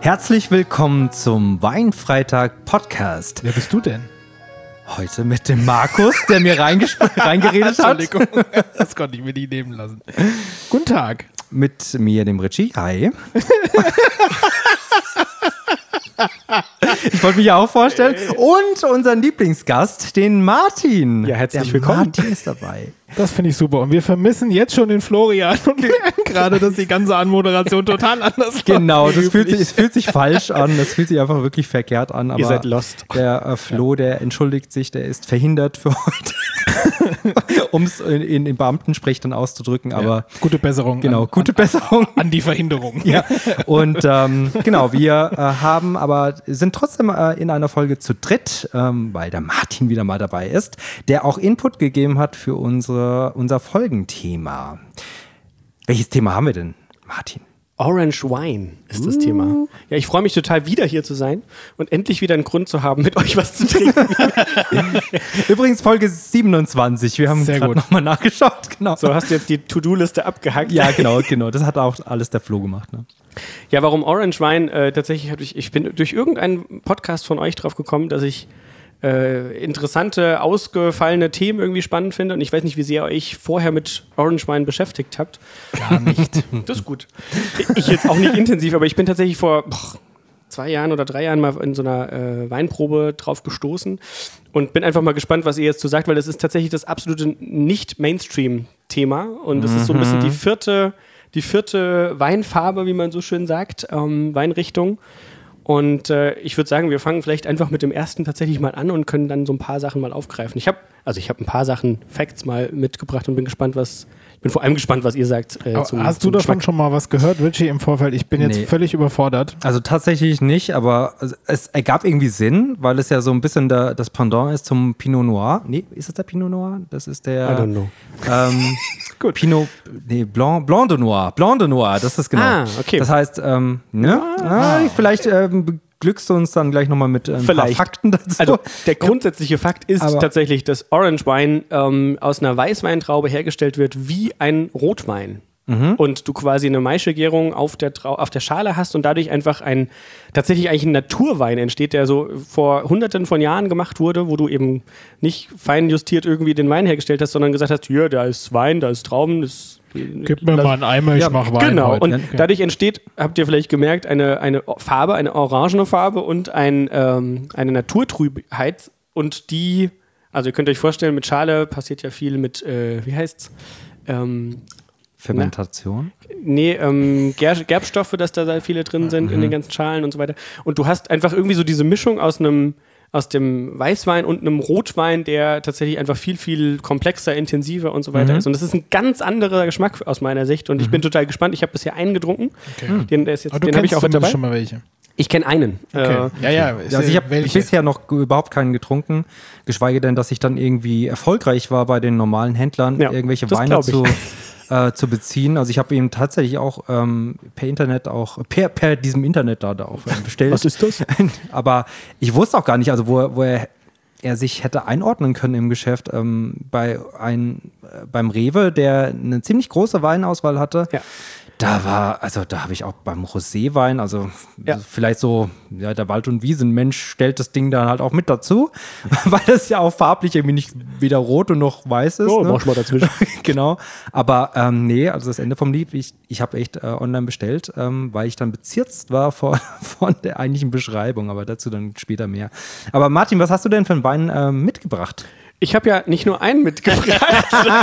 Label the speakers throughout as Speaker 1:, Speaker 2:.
Speaker 1: Herzlich willkommen zum Weinfreitag Podcast.
Speaker 2: Wer bist du denn?
Speaker 1: Heute mit dem Markus, der mir reingesp- reingeredet hat.
Speaker 2: Entschuldigung, das konnte ich mir nicht nehmen lassen. Guten Tag.
Speaker 1: Mit mir, dem Richie. Hi. Ich wollte mich ja auch vorstellen.
Speaker 2: Äh.
Speaker 1: Und unseren Lieblingsgast, den Martin.
Speaker 2: Ja, herzlich
Speaker 1: der
Speaker 2: willkommen.
Speaker 1: Martin ist dabei.
Speaker 2: Das finde ich super. Und wir vermissen jetzt schon den Florian und merken gerade, dass die ganze Anmoderation total anders läuft
Speaker 1: Genau,
Speaker 2: wie
Speaker 1: das fühlt
Speaker 2: üblich.
Speaker 1: sich, es fühlt sich falsch an. Das fühlt sich einfach wirklich verkehrt an. Aber
Speaker 2: seid lost.
Speaker 1: Der äh, Flo, der entschuldigt sich, der ist verhindert für heute. um es in, in, in Beamtensprech dann auszudrücken. Aber
Speaker 2: Gute Besserung.
Speaker 1: genau,
Speaker 2: an,
Speaker 1: gute Besserung.
Speaker 2: an die Verhinderung.
Speaker 1: Ja, und ähm, genau, wir äh, haben aber sind trotzdem äh, in einer Folge zu dritt, ähm, weil der Martin wieder mal dabei ist, der auch Input gegeben hat für unsere, unser Folgenthema. Welches Thema haben wir denn, Martin?
Speaker 3: Orange Wine ist das Thema. Ja, ich freue mich total, wieder hier zu sein und endlich wieder einen Grund zu haben, mit euch was zu trinken.
Speaker 1: Übrigens Folge 27. Wir haben
Speaker 2: Sehr
Speaker 1: gerade
Speaker 2: gut.
Speaker 1: nochmal nachgeschaut. Genau.
Speaker 3: So hast du jetzt die To-Do-Liste abgehackt.
Speaker 1: Ja, genau, genau. Das hat auch alles der Flo gemacht. Ne?
Speaker 3: Ja, warum Orange Wine? Äh, tatsächlich habe ich, ich bin durch irgendeinen Podcast von euch drauf gekommen, dass ich äh, interessante, ausgefallene Themen irgendwie spannend finde. Und ich weiß nicht, wie sehr ihr euch vorher mit Orange Wine beschäftigt habt.
Speaker 2: Gar nicht.
Speaker 3: Das ist gut. Ich jetzt auch nicht intensiv, aber ich bin tatsächlich vor boah, zwei Jahren oder drei Jahren mal in so einer äh, Weinprobe drauf gestoßen und bin einfach mal gespannt, was ihr jetzt zu sagt, weil das ist tatsächlich das absolute Nicht-Mainstream-Thema und das ist so ein bisschen die
Speaker 2: Mhm.
Speaker 3: vierte, die vierte Weinfarbe, wie man so schön sagt, ähm, Weinrichtung. Und äh, ich würde sagen, wir fangen vielleicht einfach mit dem ersten tatsächlich mal an und können dann so ein paar Sachen mal aufgreifen. Ich habe also ich habe ein paar Sachen Facts mal mitgebracht und bin gespannt, was ich bin vor allem gespannt, was ihr sagt. Äh,
Speaker 2: Aber
Speaker 3: zum-
Speaker 2: hast du
Speaker 3: zum
Speaker 2: davon
Speaker 3: Geschmack.
Speaker 2: schon mal was gehört, Richie, im Vorfeld? Ich bin jetzt
Speaker 1: Nee.
Speaker 2: völlig überfordert.
Speaker 1: Also tatsächlich nicht, aber es ergab irgendwie Sinn, weil es ja so ein bisschen der, das Pendant ist zum Pinot Noir. Nee, ist es der Pinot Noir? Das ist der.
Speaker 3: I don't know.
Speaker 1: Ähm,
Speaker 2: Gut.
Speaker 1: Pinot, nee, Blanc, Blanc de Noir. Blanc de Noir, das ist genau.
Speaker 3: Ah, okay.
Speaker 1: Das heißt, ähm, ne? Ah, vielleicht ähm, beglückst du uns dann gleich nochmal mit ähm, ein paar
Speaker 3: Vielleicht.
Speaker 1: Fakten dazu.
Speaker 3: Also der grundsätzliche Fakt ist
Speaker 1: Aber-
Speaker 3: tatsächlich, dass Orange Wine ähm, aus einer Weißweintraube hergestellt wird wie ein Rotwein. Und du quasi eine Maischegärung auf der, Trau auf der Schale hast und dadurch einfach ein tatsächlich eigentlich ein Naturwein entsteht, der so vor hunderten von Jahren gemacht wurde, wo du eben nicht fein justiert irgendwie den Wein hergestellt hast, sondern gesagt hast, hier, da ist Wein, da ist Trauben, das
Speaker 2: Gib mir mal einen Eimer, ich mach Wein.
Speaker 3: Genau,
Speaker 2: heute.
Speaker 3: und
Speaker 2: Okay.
Speaker 3: dadurch entsteht, habt ihr vielleicht gemerkt, eine, eine Farbe, eine orangene Farbe und ein, ähm, eine Naturtrübheit. Und die, also ihr könnt euch vorstellen, mit Schale passiert ja viel mit, äh, wie heißt's? Ähm,
Speaker 1: Fermentation.
Speaker 3: nee, ähm, Ger Gerbstoffe, dass da sehr viele drin sind in den
Speaker 2: Mhm.
Speaker 3: ganzen Schalen und so weiter. Und du hast einfach irgendwie so diese Mischung aus einem aus dem Weißwein und einem Rotwein, der tatsächlich einfach viel, viel komplexer, intensiver und so
Speaker 2: Mhm.
Speaker 3: weiter ist. Und das ist ein ganz anderer Geschmack aus meiner Sicht. Und ich bin total gespannt. Ich habe bisher einen getrunken. Mhm.
Speaker 2: Okay.
Speaker 3: Den, der ist jetzt-
Speaker 2: Aber du
Speaker 3: den habe ich
Speaker 2: kennst
Speaker 3: auch mit
Speaker 2: zumindest
Speaker 3: dabei.
Speaker 2: schon mal welche.
Speaker 3: Ich kenne einen.
Speaker 2: Okay.
Speaker 3: Äh,
Speaker 2: Ja, ja.
Speaker 1: Also ich habe
Speaker 2: welche?
Speaker 1: bisher noch g- überhaupt keinen getrunken, geschweige denn, dass ich dann irgendwie erfolgreich war bei den normalen Händlern,
Speaker 3: Ja,
Speaker 1: irgendwelche
Speaker 3: das
Speaker 1: Weine
Speaker 3: glaub ich.
Speaker 1: zu, äh, zu beziehen. Also ich habe eben tatsächlich auch ähm, per Internet auch, per, per diesem Internet da, da auch ähm, bestellt.
Speaker 3: Was ist das?
Speaker 1: Aber ich wusste auch gar nicht, also wo, er- wo er, er sich hätte einordnen können im Geschäft. Ähm, bei ein, äh, beim Rewe, der eine ziemlich große Weinauswahl hatte.
Speaker 3: Ja.
Speaker 1: Da war, also da habe ich auch beim Roséwein, also
Speaker 3: Ja.
Speaker 1: vielleicht so, ja, der Wald- und Wiesenmensch stellt das Ding dann halt auch mit dazu, weil das ja auch farblich irgendwie nicht weder rot und noch weiß ist.
Speaker 3: Oh,
Speaker 1: ne?
Speaker 3: mach ich mal dazwischen.
Speaker 1: genau. Aber ähm, nee, also das Ende vom Lied, ich, ich habe echt äh, online bestellt, ähm, weil ich dann bezirzt war von, von der eigentlichen Beschreibung, aber dazu dann später mehr. Aber Martin, was hast du denn für einen Wein ähm, mitgebracht?
Speaker 3: Ich habe ja nicht nur einen mitgebracht.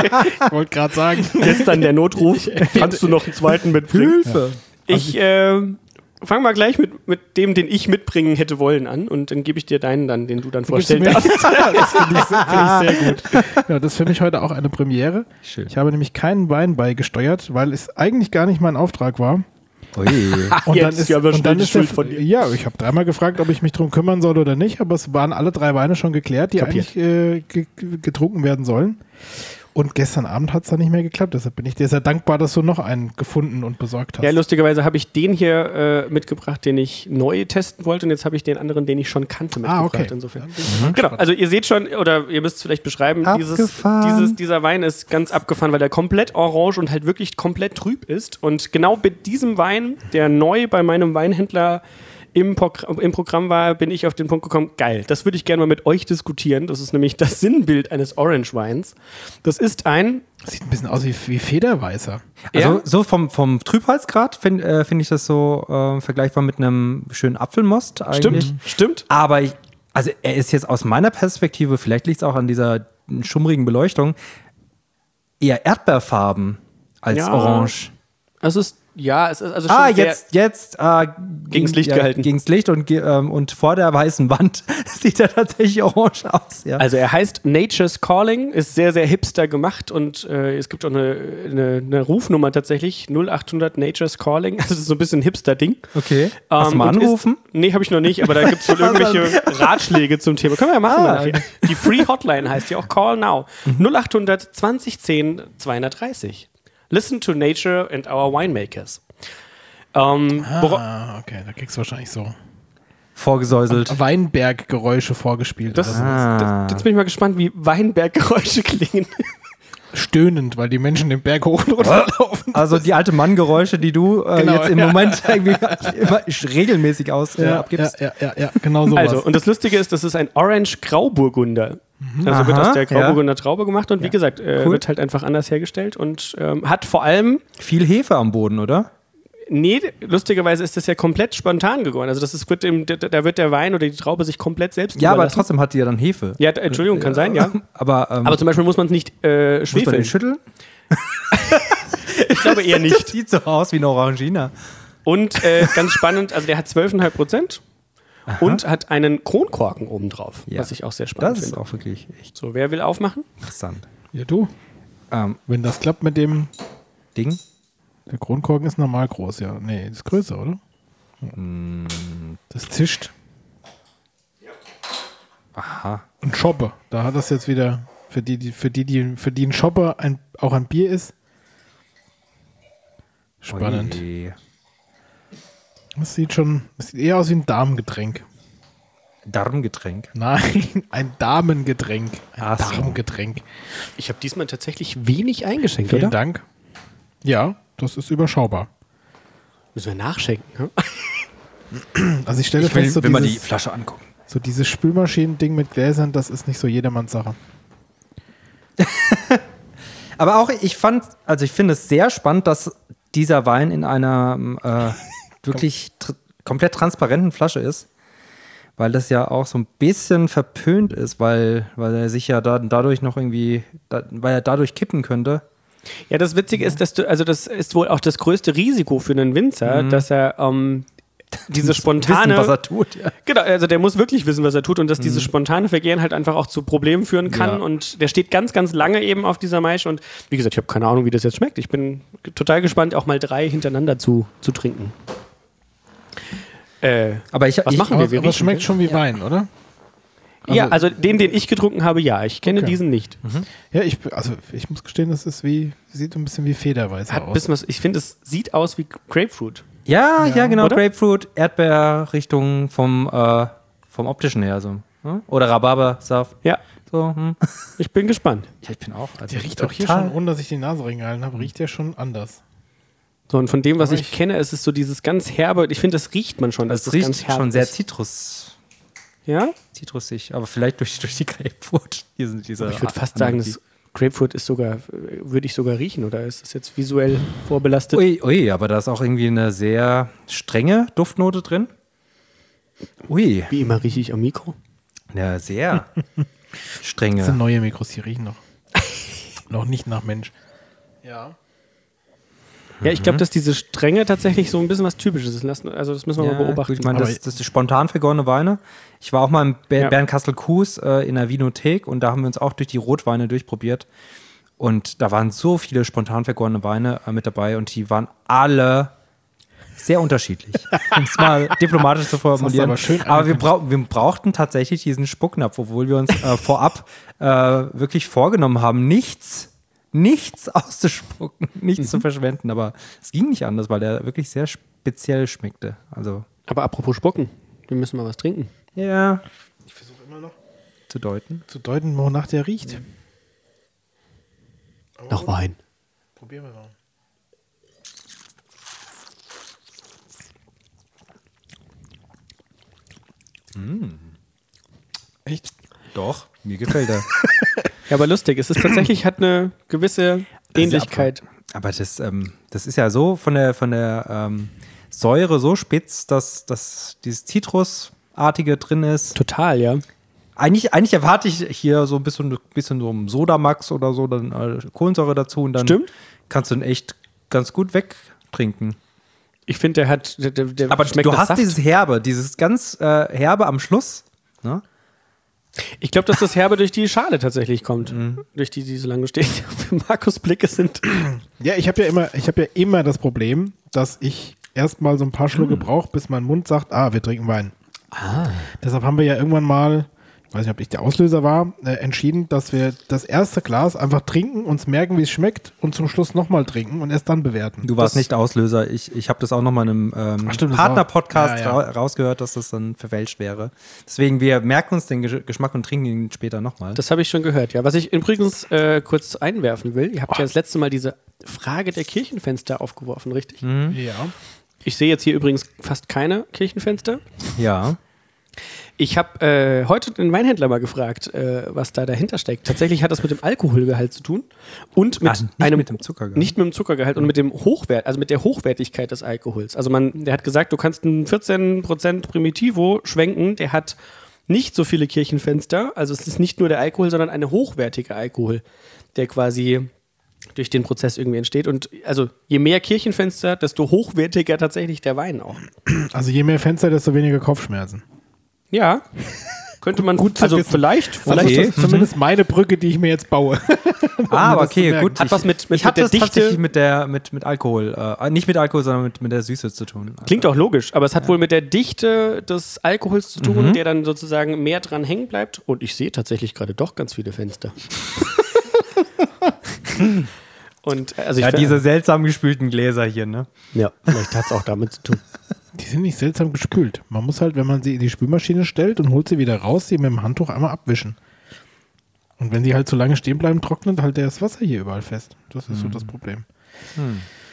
Speaker 2: Ich wollte gerade sagen.
Speaker 3: Gestern der Notruf. Kannst du noch einen zweiten mitbringen?
Speaker 1: Hilfe!
Speaker 2: Also
Speaker 3: Ich äh, fange mal gleich mit, mit dem, den ich mitbringen hätte wollen, an. Und dann gebe ich dir deinen dann, den du dann
Speaker 2: Gibst du
Speaker 3: vorstellen
Speaker 2: mir-
Speaker 3: darfst.
Speaker 2: das finde ich, se- find ich sehr gut. Ja, das ist für mich heute auch eine Premiere.
Speaker 1: Schön.
Speaker 2: Ich habe nämlich keinen Wein beigesteuert, weil es eigentlich gar nicht mein Auftrag war.
Speaker 1: Ui.
Speaker 2: Und
Speaker 3: Jetzt
Speaker 2: dann ist,
Speaker 3: ist ja aber
Speaker 2: und
Speaker 3: schnell
Speaker 2: dann
Speaker 3: die
Speaker 2: ist der,
Speaker 3: Schuld von dir.
Speaker 2: Ja, ich habe dreimal gefragt, ob ich mich drum kümmern soll oder nicht, aber es waren alle drei Weine schon geklärt, die
Speaker 3: Kapiert.
Speaker 2: eigentlich äh, ge- ge- getrunken werden sollen. Und gestern Abend hat es dann nicht mehr geklappt. Deshalb bin ich dir sehr dankbar, dass du noch einen gefunden und besorgt hast.
Speaker 3: Ja, lustigerweise habe ich den hier äh, mitgebracht, den ich neu testen wollte und jetzt habe ich den anderen, den ich schon kannte, mitgebracht.
Speaker 2: Ah, okay.
Speaker 3: Insofern.
Speaker 2: Dann bin ich mal
Speaker 3: Genau,
Speaker 2: gespannt.
Speaker 3: also ihr seht schon, oder ihr müsst es vielleicht beschreiben, dieses,
Speaker 1: Abgefahren.
Speaker 3: dieses, dieser Wein ist ganz abgefahren, weil der komplett orange und halt wirklich komplett trüb ist. Und genau mit diesem Wein, der neu bei meinem Weinhändler im, Progr im Programm war, bin ich auf den Punkt gekommen, geil, das würde ich gerne mal mit euch diskutieren. Das ist nämlich das Sinnbild eines Orange-Weins. Das ist ein...
Speaker 2: Sieht ein bisschen aus wie, wie Federweißer.
Speaker 1: Also
Speaker 3: Ja.
Speaker 1: so vom, vom Trübheitsgrad finde äh, find ich das so äh, vergleichbar mit einem schönen Apfelmost eigentlich.
Speaker 3: Stimmt, stimmt.
Speaker 1: Aber ich, also er ist jetzt aus meiner Perspektive, vielleicht liegt es auch an dieser schummrigen Beleuchtung, eher erdbeerfarben als
Speaker 3: Ja.
Speaker 1: orange.
Speaker 3: Es ist, ja, es ist also schon
Speaker 1: Ah,
Speaker 3: sehr-
Speaker 1: jetzt, jetzt äh,
Speaker 3: Gegen's Licht gehalten.
Speaker 1: Gegens Licht und, ge- ähm, und vor der weißen Wand sieht er tatsächlich orange aus. Ja.
Speaker 3: Also er heißt Nature's Calling, ist sehr, sehr hipster gemacht und äh, es gibt auch eine, eine, eine Rufnummer tatsächlich, 0800 Nature's Calling, also das ist so ein bisschen ein Hipster-Ding.
Speaker 1: okay. Hast du
Speaker 3: Ähm,
Speaker 1: mal
Speaker 3: und
Speaker 1: anrufen?
Speaker 3: Ist, nee, habe ich noch nicht, aber da gibt es wohl irgendwelche Ratschläge zum Thema. Können wir ja machen.
Speaker 1: Ah, Mhm.
Speaker 3: mal nachher. Die Free Hotline heißt ja auch Call Now. 0800 2010 230. Listen to nature and our winemakers. Ähm, wora-
Speaker 2: Ah, okay, da kriegst du wahrscheinlich so
Speaker 1: Vorgesäuselt.
Speaker 2: Weinberggeräusche vorgespielt.
Speaker 3: das,
Speaker 2: oder
Speaker 1: Ah.
Speaker 3: das, jetzt bin ich mal gespannt, wie Weinberggeräusche klingen.
Speaker 2: so. stöhnend, weil die Menschen den Berg hoch und runter laufen.
Speaker 1: Also die alte Manngeräusche, die du äh,
Speaker 2: Genau,
Speaker 1: jetzt im
Speaker 2: ja.
Speaker 1: Moment irgendwie immer regelmäßig aus äh,
Speaker 2: ja,
Speaker 1: abgibst.
Speaker 2: ja, ja, ja, genau sowas.
Speaker 3: Also, und das Lustige ist, das ist ein Orange-Grauburgunder. Also wird
Speaker 1: Mhm. Aha,
Speaker 3: aus der
Speaker 1: ja.
Speaker 3: Grauburgunder Traube gemacht und wie gesagt, äh,
Speaker 1: Cool.
Speaker 3: wird halt einfach anders hergestellt und ähm, hat vor allem,
Speaker 1: Viel Hefe am Boden, oder?
Speaker 3: nee, lustigerweise ist das ja komplett spontan geworden. Also das ist, wird dem, da, da wird der Wein oder die Traube sich komplett selbst
Speaker 1: Ja, aber
Speaker 3: überlassen.
Speaker 1: trotzdem hat die ja dann Hefe. Äh,
Speaker 3: Ja, d- Entschuldigung, kann sein, ja.
Speaker 1: Aber, ähm,
Speaker 3: Aber zum Beispiel muss man es nicht
Speaker 1: muss man
Speaker 3: äh,
Speaker 1: den
Speaker 3: schwefeln.
Speaker 1: schütteln?
Speaker 3: Ich glaube eher nicht.
Speaker 1: Das sieht so aus wie eine Orangina.
Speaker 3: Und äh, ganz spannend, also der hat 12,5 Prozent und hat einen Kronkorken obendrauf,
Speaker 1: Ja.
Speaker 3: was ich auch sehr spannend
Speaker 1: Das ist
Speaker 3: finde.
Speaker 1: auch wirklich echt
Speaker 3: So, wer will aufmachen?
Speaker 1: interessant.
Speaker 2: ja, du,
Speaker 1: Ähm,
Speaker 2: wenn das klappt mit dem,
Speaker 1: Ding?
Speaker 2: der Kronkorken ist normal groß, ja. Nee, ist größer, oder?
Speaker 1: Mm.
Speaker 2: Das zischt.
Speaker 1: Aha.
Speaker 2: Ein Schoppe, da hat das jetzt wieder, für die, die, für die, die, für die ein Schoppe ein, auch ein Bier ist. Spannend.
Speaker 1: Oje.
Speaker 2: Das sieht schon, das sieht eher aus wie ein Damengetränk.
Speaker 1: Darmgetränk.
Speaker 2: Nein, ein Damengetränk. Ein
Speaker 1: Ach so.
Speaker 2: Damengetränk.
Speaker 3: Ich habe diesmal tatsächlich wenig eingeschenkt,
Speaker 2: Vielen
Speaker 3: oder?
Speaker 2: Dank. Ja, das ist überschaubar.
Speaker 3: Müssen wir nachschenken. Ne?
Speaker 2: Also ich stelle
Speaker 1: Ich
Speaker 2: fest,
Speaker 1: will,
Speaker 2: so
Speaker 1: will mal die
Speaker 2: dieses,
Speaker 1: Flasche angucken.
Speaker 2: so dieses Spülmaschinen-Ding mit Gläsern, das ist nicht so jedermanns Sache.
Speaker 1: Aber auch, ich fand, also ich finde es sehr spannend, dass dieser Wein in einer äh, wirklich tr komplett transparenten Flasche ist. Weil das ja auch so ein bisschen verpönt ist, weil, weil er sich ja da, dadurch noch irgendwie, da, weil er dadurch kippen könnte.
Speaker 3: Ja, das Witzige ist, dass du, also das ist wohl auch das größte Risiko für einen Winzer, dass er ähm, diese spontane.
Speaker 1: Mhm. Wissen, was er tut. Ja.
Speaker 3: genau, also der muss wirklich wissen, was er tut und dass dieses spontane Vergehen halt einfach auch zu Problemen führen kann.
Speaker 1: Ja.
Speaker 3: Und der steht ganz, ganz lange eben auf dieser Maische. Und wie gesagt, ich habe keine Ahnung, wie das jetzt schmeckt. Ich bin g- total gespannt, auch mal drei hintereinander zu, zu trinken. Äh,
Speaker 1: Aber ich,
Speaker 3: Was
Speaker 1: ich,
Speaker 3: machen
Speaker 2: Aber,
Speaker 3: wir
Speaker 2: aber es schmeckt schon wie Wein, oder?
Speaker 3: ja, also den, den ich getrunken habe, ja. Ich kenne
Speaker 2: Okay.
Speaker 3: diesen nicht.
Speaker 1: Mhm.
Speaker 2: Ja, ich, also ich muss gestehen, das ist wie, sieht ein bisschen wie Federweißer
Speaker 3: Hat ein
Speaker 2: aus.
Speaker 3: bisschen was, ich finde, es sieht aus wie Grapefruit.
Speaker 1: Ja, ja, genau.
Speaker 3: Oder?
Speaker 1: Grapefruit, Erdbeer Richtung vom, äh, vom optischen her. So. Hm? Oder Rhabarbersaft.
Speaker 3: Ja,
Speaker 1: So, hm.
Speaker 3: ich bin gespannt.
Speaker 1: Ja, ich bin auch. Also
Speaker 2: Der riecht auch hier schon, ohne dass ich die Nase reingehalten habe, riecht der schon anders.
Speaker 3: So, und von dem, was
Speaker 2: Aber
Speaker 3: ich,
Speaker 2: ich-
Speaker 3: kenne, ist es so dieses ganz herbe, ich finde, das riecht man schon. dass
Speaker 1: Das, riecht
Speaker 3: ganz herb
Speaker 1: schon sehr
Speaker 3: ist.
Speaker 1: zitrus,
Speaker 3: Ja?
Speaker 1: zitrusig. Aber vielleicht durch, durch die Grapefruit. Hier sind diese
Speaker 3: Ich würde fast sagen, das Grapefruit ist sogar, äh, würde ich sogar riechen, oder ist das jetzt visuell vorbelastet?
Speaker 1: Ui, ui, aber da ist auch irgendwie eine sehr strenge Duftnote drin. Ui,
Speaker 3: Wie immer rieche ich am Mikro.
Speaker 1: eine sehr
Speaker 2: Das sind
Speaker 1: strenge.
Speaker 2: neue Mikros, die riechen noch. noch nicht nach Mensch. Ja.
Speaker 3: Ja, ich glaube,
Speaker 1: Mhm.
Speaker 3: dass diese Strenge tatsächlich so ein bisschen was Typisches ist. Lassen- Also, das müssen wir mal beobachten.
Speaker 1: gut, ich meine,
Speaker 2: Aber-
Speaker 1: das, das ist spontan vergorene Weine. Ich war auch mal im Be
Speaker 3: Ja.
Speaker 1: Bernkastel-Kues äh, in der Winothek und da haben wir uns auch durch die Rotweine durchprobiert. Und da waren so viele spontan vergorene Weine äh, mit dabei und die waren alle sehr unterschiedlich, um es mal diplomatisch zu formulieren.
Speaker 2: aber schön
Speaker 1: aber wir, brau wir brauchten tatsächlich diesen Spucknapf, obwohl wir uns äh, vorab äh, wirklich vorgenommen haben, nichts nichts auszuspucken, nichts
Speaker 2: Mhm.
Speaker 1: zu verschwenden. Aber es ging nicht anders, weil der wirklich sehr speziell schmeckte. Also,
Speaker 3: Aber apropos Spucken, wir müssen mal was trinken.
Speaker 1: ja,
Speaker 2: Ich versuche immer noch
Speaker 1: zu deuten.
Speaker 2: zu deuten, wonach der riecht.
Speaker 3: Nach Wein.
Speaker 2: Probieren wir mal. Echt?
Speaker 1: Doch, mir gefällt er.
Speaker 3: Ja, aber lustig, es ist tatsächlich, hat eine gewisse Ähnlichkeit.
Speaker 1: Aber das, ähm, das ist ja so von der, von der ähm, Säure so spitz, dass, dass dieses Zitrusartige drin ist.
Speaker 3: Total, ja.
Speaker 1: Eigentlich, eigentlich erwarte ich hier so ein bisschen, bisschen so ein Sodamax oder so, dann äh, Kohlensäure dazu und dann
Speaker 3: Stimmt.
Speaker 1: kannst du ihn echt ganz gut wegtrinken.
Speaker 3: Ich finde, der hat, der, der- der
Speaker 1: Aber
Speaker 3: schmeckt
Speaker 1: du
Speaker 3: nach
Speaker 1: hast
Speaker 3: Saft.
Speaker 1: dieses Herbe, dieses ganz äh, Herbe am Schluss. Ne?
Speaker 3: Ich glaube, dass das Herbe durch die Schale tatsächlich kommt. Durch die, die so lange steht. Markus Blicke sind.
Speaker 2: Ja, ich habe ja immer, ich habe ja immer das Problem, dass ich erstmal so ein paar Schlucke
Speaker 1: Hm.
Speaker 2: brauche, bis mein Mund sagt, ah, wir trinken Wein.
Speaker 1: Ah.
Speaker 2: Deshalb haben wir ja irgendwann mal, ich weiß nicht, ob ich der Auslöser war, äh, entschieden, dass wir das erste Glas einfach trinken, uns merken, wie es schmeckt und zum Schluss nochmal trinken und erst dann bewerten.
Speaker 1: Du warst
Speaker 2: das,
Speaker 1: nicht Auslöser. Ich, ich habe das auch noch mal in einem ähm,
Speaker 2: Ach, stimmt, das
Speaker 1: Partner-Podcast
Speaker 2: war-
Speaker 1: ra rausgehört, dass das dann verfälscht wäre. Deswegen, wir merken uns den Gesch Geschmack und trinken ihn später nochmal.
Speaker 3: Das habe ich schon gehört, ja. Was ich übrigens äh, kurz einwerfen will, ihr habt ja das letzte Mal diese Frage der Kirchenfenster aufgeworfen, richtig?
Speaker 1: Hm.
Speaker 2: Ja.
Speaker 3: Ich sehe jetzt hier übrigens fast keine Kirchenfenster.
Speaker 1: Ja.
Speaker 3: Ich habe äh, heute den Weinhändler mal gefragt, äh, was da dahinter steckt. Tatsächlich hat das mit dem Alkoholgehalt zu tun und mit
Speaker 1: Ah, nicht
Speaker 3: einem
Speaker 1: mit dem Zuckergehalt.
Speaker 3: nicht mit dem Zuckergehalt und mit dem Hochwert, also mit der Hochwertigkeit des Alkohols. Also man, der hat gesagt, du kannst einen 14 Primitivo schwenken, der hat nicht so viele Kirchenfenster, also es ist nicht nur der Alkohol, sondern eine hochwertige Alkohol, der quasi durch den Prozess irgendwie entsteht und also je mehr Kirchenfenster, desto hochwertiger tatsächlich der Wein auch.
Speaker 2: Also je mehr Fenster, desto weniger Kopfschmerzen.
Speaker 3: Ja. Könnte man
Speaker 2: Gut
Speaker 3: gut,
Speaker 2: zu
Speaker 3: also
Speaker 2: wissen.
Speaker 3: vielleicht, vielleicht
Speaker 1: Okay. Mhm.
Speaker 2: Also das ist zumindest meine Brücke, die ich mir jetzt baue.
Speaker 3: Um
Speaker 1: Ah, aber
Speaker 2: das zu
Speaker 1: okay,
Speaker 2: merken.
Speaker 1: gut.
Speaker 3: Hat was mit- mit-
Speaker 1: ich hatte
Speaker 3: mit der
Speaker 1: das
Speaker 3: Dichte-
Speaker 1: tatsächlich mit der mit, mit Alkohol, äh, nicht mit Alkohol, sondern mit, mit der Süße zu tun.
Speaker 3: Klingt auch logisch, aber es hat wohl mit der Dichte des Alkohols zu
Speaker 1: Mhm.
Speaker 3: tun, der dann sozusagen mehr dran hängen bleibt. Und ich sehe tatsächlich gerade doch ganz viele Fenster. Und äh, also ich
Speaker 1: ja,
Speaker 3: ver-
Speaker 1: diese seltsam gespülten Gläser hier, ne?
Speaker 3: ja, vielleicht hat es auch damit zu tun.
Speaker 2: Die sind nicht seltsam gespült. Man muss halt, wenn man sie in die Spülmaschine stellt und holt sie wieder raus, sie mit dem Handtuch einmal abwischen. Und wenn sie halt zu lange stehen bleiben, trocknet halt das Wasser hier überall fest. Das ist so
Speaker 3: Mhm.
Speaker 2: das Problem.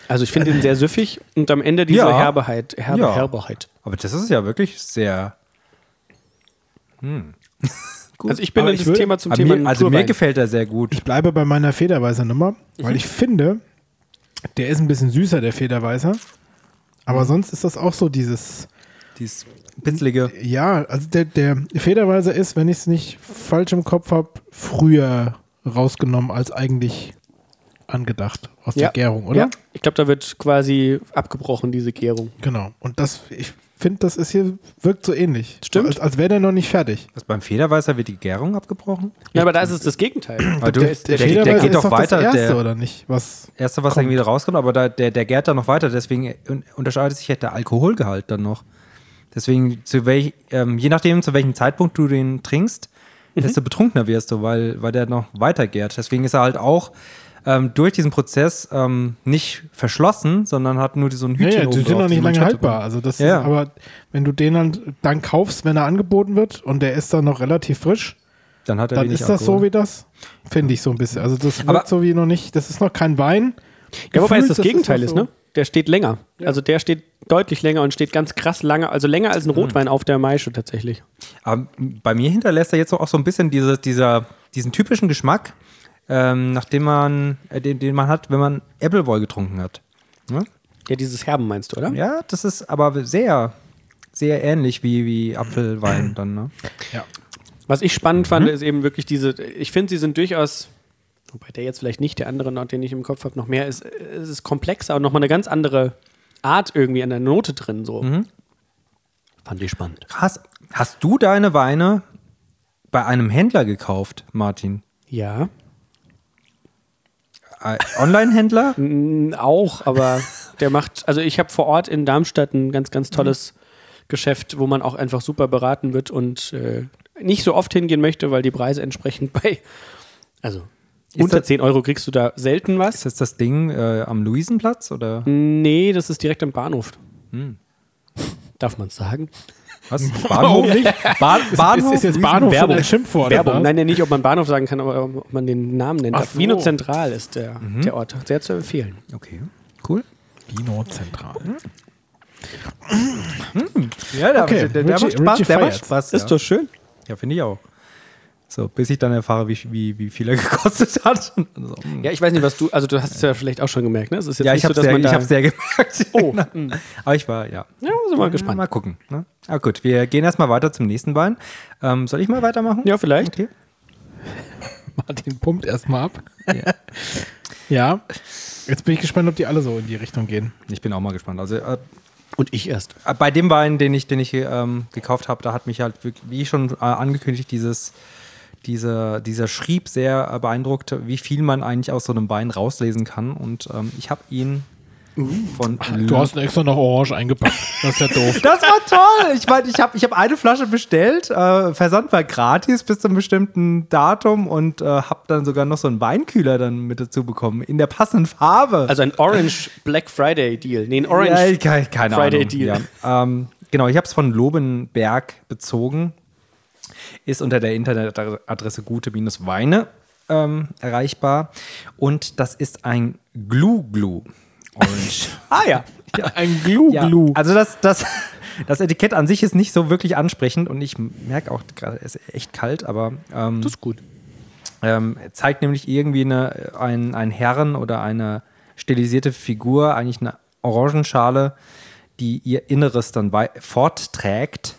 Speaker 3: Also ich finde ihn sehr süffig und am Ende diese
Speaker 1: Ja.
Speaker 3: Herbeheit, Herbe,
Speaker 1: Ja.
Speaker 3: Herbeheit.
Speaker 1: Aber das ist ja wirklich sehr. Hm. Gut.
Speaker 3: Also ich bin
Speaker 2: Aber
Speaker 3: in
Speaker 2: ich
Speaker 3: das
Speaker 2: würde-
Speaker 3: Thema zum
Speaker 1: Aber
Speaker 3: Thema
Speaker 1: mir, also mir
Speaker 3: Naturwein.
Speaker 1: gefällt er sehr gut.
Speaker 2: Ich bleibe bei meiner Federweißer-Nummer, weil
Speaker 3: Mhm.
Speaker 2: ich finde, der ist ein bisschen süßer, der Federweißer. Aber
Speaker 3: Mhm.
Speaker 2: sonst ist das auch so dieses,
Speaker 1: Dieses pinselige.
Speaker 2: ja, also der, der Federweißer ist, wenn ich es nicht falsch im Kopf habe, früher rausgenommen als eigentlich angedacht aus
Speaker 3: ja.
Speaker 2: der Gärung, oder?
Speaker 3: Ja. Ich glaube, da wird quasi abgebrochen, diese Gärung.
Speaker 2: Genau. Und das, ich finde, das ist hier, wirkt so ähnlich.
Speaker 3: Stimmt.
Speaker 2: Als, als wäre der noch nicht fertig.
Speaker 1: Was beim Federweißer wird die Gärung abgebrochen?
Speaker 3: Ja, aber da ist es das Gegenteil.
Speaker 1: Weil du, der, der, der,
Speaker 2: Federweißer
Speaker 1: geht
Speaker 2: ist
Speaker 1: doch weiter.
Speaker 2: Das erste,
Speaker 1: der
Speaker 2: oder nicht? Was?
Speaker 1: erste, was irgendwie rauskommt, aber da, der, der gärt dann noch weiter. Deswegen un- unterscheidet sich halt der Alkoholgehalt dann noch. Deswegen, zu welch, ähm, je nachdem, zu welchem Zeitpunkt du den trinkst,
Speaker 2: Mhm.
Speaker 1: desto betrunkener wirst du, weil, weil der noch weiter gärt. Deswegen ist er halt auch ähm, durch diesen Prozess ähm, nicht verschlossen, sondern hat nur so ein
Speaker 2: Ja,
Speaker 1: Hütchen.
Speaker 2: ja, die
Speaker 1: oben
Speaker 2: sind
Speaker 1: drauf,
Speaker 2: noch nicht
Speaker 1: oh die man
Speaker 2: lange
Speaker 1: Schatten-
Speaker 2: haltbar. Also das
Speaker 1: Ja.
Speaker 2: ist, aber wenn du den dann, dann kaufst, wenn er angeboten wird und der ist dann noch relativ frisch,
Speaker 1: Dann hat er
Speaker 2: dann
Speaker 1: wenig
Speaker 2: ist das
Speaker 1: Alkohol.
Speaker 2: so wie das. Finde ich so ein bisschen. Also das wirkt
Speaker 1: Aber-
Speaker 2: so wie noch nicht, das ist noch kein Wein.
Speaker 3: Ja, wobei es
Speaker 2: Gefühlt,
Speaker 3: das Gegenteil
Speaker 2: noch
Speaker 3: ist,
Speaker 2: so-
Speaker 3: ne? Der steht länger. Also der steht deutlich länger und steht ganz krass lange, also länger als ein Rotwein auf der Maische tatsächlich.
Speaker 1: Aber Ähm, bei mir hinterlässt er jetzt auch so ein bisschen diese, dieser, diesen typischen Geschmack, ähm, nachdem man, äh, den, den man hat, wenn man Appleboy getrunken hat. Ne?
Speaker 3: Ja, dieses Herben meinst du, oder?
Speaker 1: Ja, das ist aber sehr, sehr ähnlich wie, wie Apfelwein dann. Ne?
Speaker 3: Was ich spannend fand, ist eben wirklich diese, ich finde, sie sind durchaus, wobei der jetzt vielleicht nicht der andere Nord, den ich im Kopf habe, noch mehr ist, es ist komplexer und nochmal eine ganz andere Art irgendwie an der Note drin so. Fand ich spannend.
Speaker 1: Hast, hast du deine Weine bei einem Händler gekauft, Martin?
Speaker 3: Ja,
Speaker 1: Äh, Online-Händler?
Speaker 3: Mm, auch, aber der macht, also ich habe vor Ort in Darmstadt ein ganz, ganz tolles
Speaker 1: Mhm.
Speaker 3: Geschäft, wo man auch einfach super beraten wird und äh, nicht so oft hingehen möchte, weil die Preise entsprechend bei, also Unter 10 Euro kriegst du da selten was.
Speaker 1: Ist das das Ding äh, am Luisenplatz oder
Speaker 3: Nee, das ist direkt am Bahnhof.
Speaker 1: Hm.
Speaker 3: Darf man sagen?
Speaker 1: was? Bahnhof? Bahn, Bahnhof?
Speaker 2: Ist jetzt Bahnhof schon
Speaker 3: Werbung.
Speaker 2: ein Schimpfwort?
Speaker 3: Werbung.
Speaker 2: oder?
Speaker 3: Nein, nein, nicht, ob man Bahnhof sagen kann, aber ob man den Namen nennt.
Speaker 2: Ach
Speaker 3: Ach,
Speaker 2: so.
Speaker 3: Wiener Zentral ist der,
Speaker 1: Mhm.
Speaker 3: der Ort. Sehr zu empfehlen.
Speaker 1: Okay, cool.
Speaker 2: Kinozentral.
Speaker 1: Ja, der,
Speaker 2: Okay,
Speaker 1: der, der,
Speaker 2: Richie-
Speaker 1: macht Spaß.
Speaker 2: Richie
Speaker 1: Der macht
Speaker 2: feiert's.
Speaker 1: Spaß.
Speaker 4: Ist
Speaker 1: ja.
Speaker 4: doch schön.
Speaker 1: ja, finde ich auch. So, bis ich dann erfahre, wie, wie, wie viel er gekostet hat. Und dann so, hm.
Speaker 3: Ja, ich weiß nicht, was du, also du hast es ja vielleicht auch schon gemerkt, ne? Es ist jetzt
Speaker 1: Ja,
Speaker 3: nicht
Speaker 1: ich habe
Speaker 3: so, dass
Speaker 1: sehr,
Speaker 3: man
Speaker 1: ich
Speaker 3: da,
Speaker 1: hab's sehr gemerkt.
Speaker 3: Oh.
Speaker 1: Aber ich war, ja.
Speaker 3: Ja, sind wir mal
Speaker 1: Gespannt.
Speaker 3: gespannt.
Speaker 1: Mal gucken. Ne? Ah, gut, wir gehen erstmal weiter zum nächsten Bein. Ähm, soll ich mal weitermachen?
Speaker 3: Ja, vielleicht.
Speaker 1: Okay.
Speaker 2: Martin pumpt erstmal ab. Ja. Jetzt bin ich gespannt, ob die alle so in die Richtung gehen.
Speaker 1: Ich bin auch mal gespannt. Also äh,
Speaker 3: Und ich erst.
Speaker 1: Äh, Bei dem Wein, den ich, den ich ähm, gekauft habe, da hat mich halt, wirklich, wie schon äh, angekündigt, dieses, diese, dieser Schrieb sehr äh, beeindruckt, wie viel man eigentlich aus so einem Wein rauslesen kann. Und ähm, ich habe ihn von.
Speaker 2: Uh. Du hast ihn extra noch orange eingepackt. Das ist ja doof.
Speaker 1: das war toll! Ich meine, ich habe ich hab eine Flasche bestellt. Äh, Versand war gratis bis zum bestimmten Datum und äh, habe dann sogar noch so einen Weinkühler dann mit dazu bekommen. In der passenden Farbe.
Speaker 3: Also ein Orange Black Friday Deal. Nee, ein Orange.
Speaker 1: Ja, keine, keine
Speaker 3: Friday
Speaker 1: Ahnung.
Speaker 3: Deal.
Speaker 1: Ja. Ähm, genau, ich habe es von Lobenberg bezogen. Ist unter der Internetadresse gute-weine ähm, erreichbar. Und das ist ein Glu-Glu. Orange.
Speaker 3: Ah ja.
Speaker 2: Ein Glu-Glu.
Speaker 1: Ja, also das, das, das Etikett an sich ist nicht so wirklich ansprechend und ich merke auch gerade, es ist echt kalt, aber ähm,
Speaker 3: Das ist gut.
Speaker 1: ähm, zeigt nämlich irgendwie eine, ein, ein Herren oder eine stilisierte Figur, eigentlich eine Orangenschale, die ihr Inneres dann wei- fortträgt.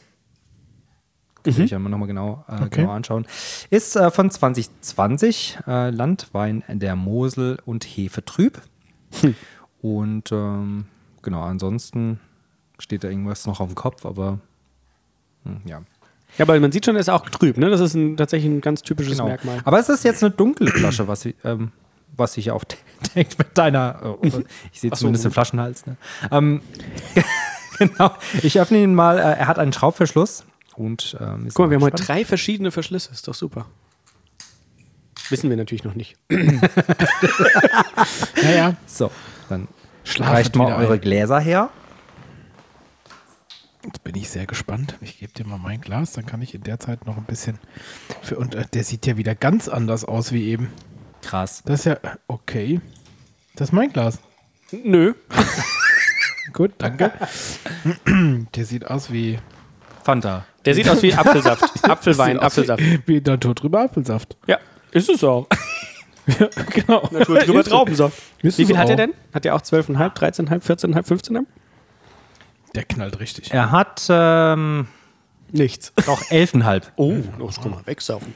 Speaker 1: Kann ich ja mal nochmal genau, äh,
Speaker 2: Okay.
Speaker 1: genau anschauen. Ist äh, von 2020, äh, Landwein der Mosel und Hefe trüb. Und ähm, genau, ansonsten steht da irgendwas noch auf dem Kopf, aber hm, ja.
Speaker 3: Ja, aber man sieht schon, er ist auch trüb, ne? Das ist ein, tatsächlich ein ganz typisches
Speaker 1: Genau.
Speaker 3: Merkmal.
Speaker 1: Aber es ist jetzt eine dunkle Flasche, was, sie- ähm, was ich auch de- denkt mit deiner. äh, ich sehe
Speaker 3: Ach so,
Speaker 1: zumindest den
Speaker 3: gut.
Speaker 1: Flaschenhals. Ne? Ähm, genau. Ich öffne ihn mal. Äh, er hat einen Schraubverschluss. Und, ähm,
Speaker 3: Guck mal, wir haben heute
Speaker 1: gespannt.
Speaker 3: drei verschiedene Verschlüsse. Ist doch super. Wissen wir natürlich noch nicht.
Speaker 2: Naja.
Speaker 1: So, dann
Speaker 2: Schlafend
Speaker 1: reicht mal
Speaker 2: wieder
Speaker 1: eure
Speaker 2: ein.
Speaker 1: Gläser her.
Speaker 2: Jetzt bin ich sehr gespannt. Ich gebe dir mal mein Glas, dann kann ich in der Zeit noch ein bisschen. Für, und äh, der sieht ja wieder ganz anders aus wie eben.
Speaker 1: Krass.
Speaker 2: Das ist ja. Okay. Das ist mein Glas.
Speaker 3: Nö.
Speaker 2: Gut, danke. der sieht aus wie.
Speaker 1: Fanta.
Speaker 3: Der sieht aus wie Apfelsaft. Apfelwein,
Speaker 2: sieht aus
Speaker 3: Apfelsaft.
Speaker 2: Wie, wie Natur drüber Apfelsaft.
Speaker 3: Ja, ist es auch.
Speaker 2: Ja, genau.
Speaker 3: Natur drüber Traubensaft.
Speaker 2: Ist
Speaker 3: Wie
Speaker 2: es
Speaker 3: viel hat er
Speaker 2: auch.
Speaker 3: denn? Hat er auch 12,5, 13,5, 14,5, 15,5?
Speaker 2: Der knallt richtig.
Speaker 1: Er hat ähm,
Speaker 3: Nichts.
Speaker 1: doch elfenhalb.
Speaker 3: Oh, los, guck mal, wegsaufen.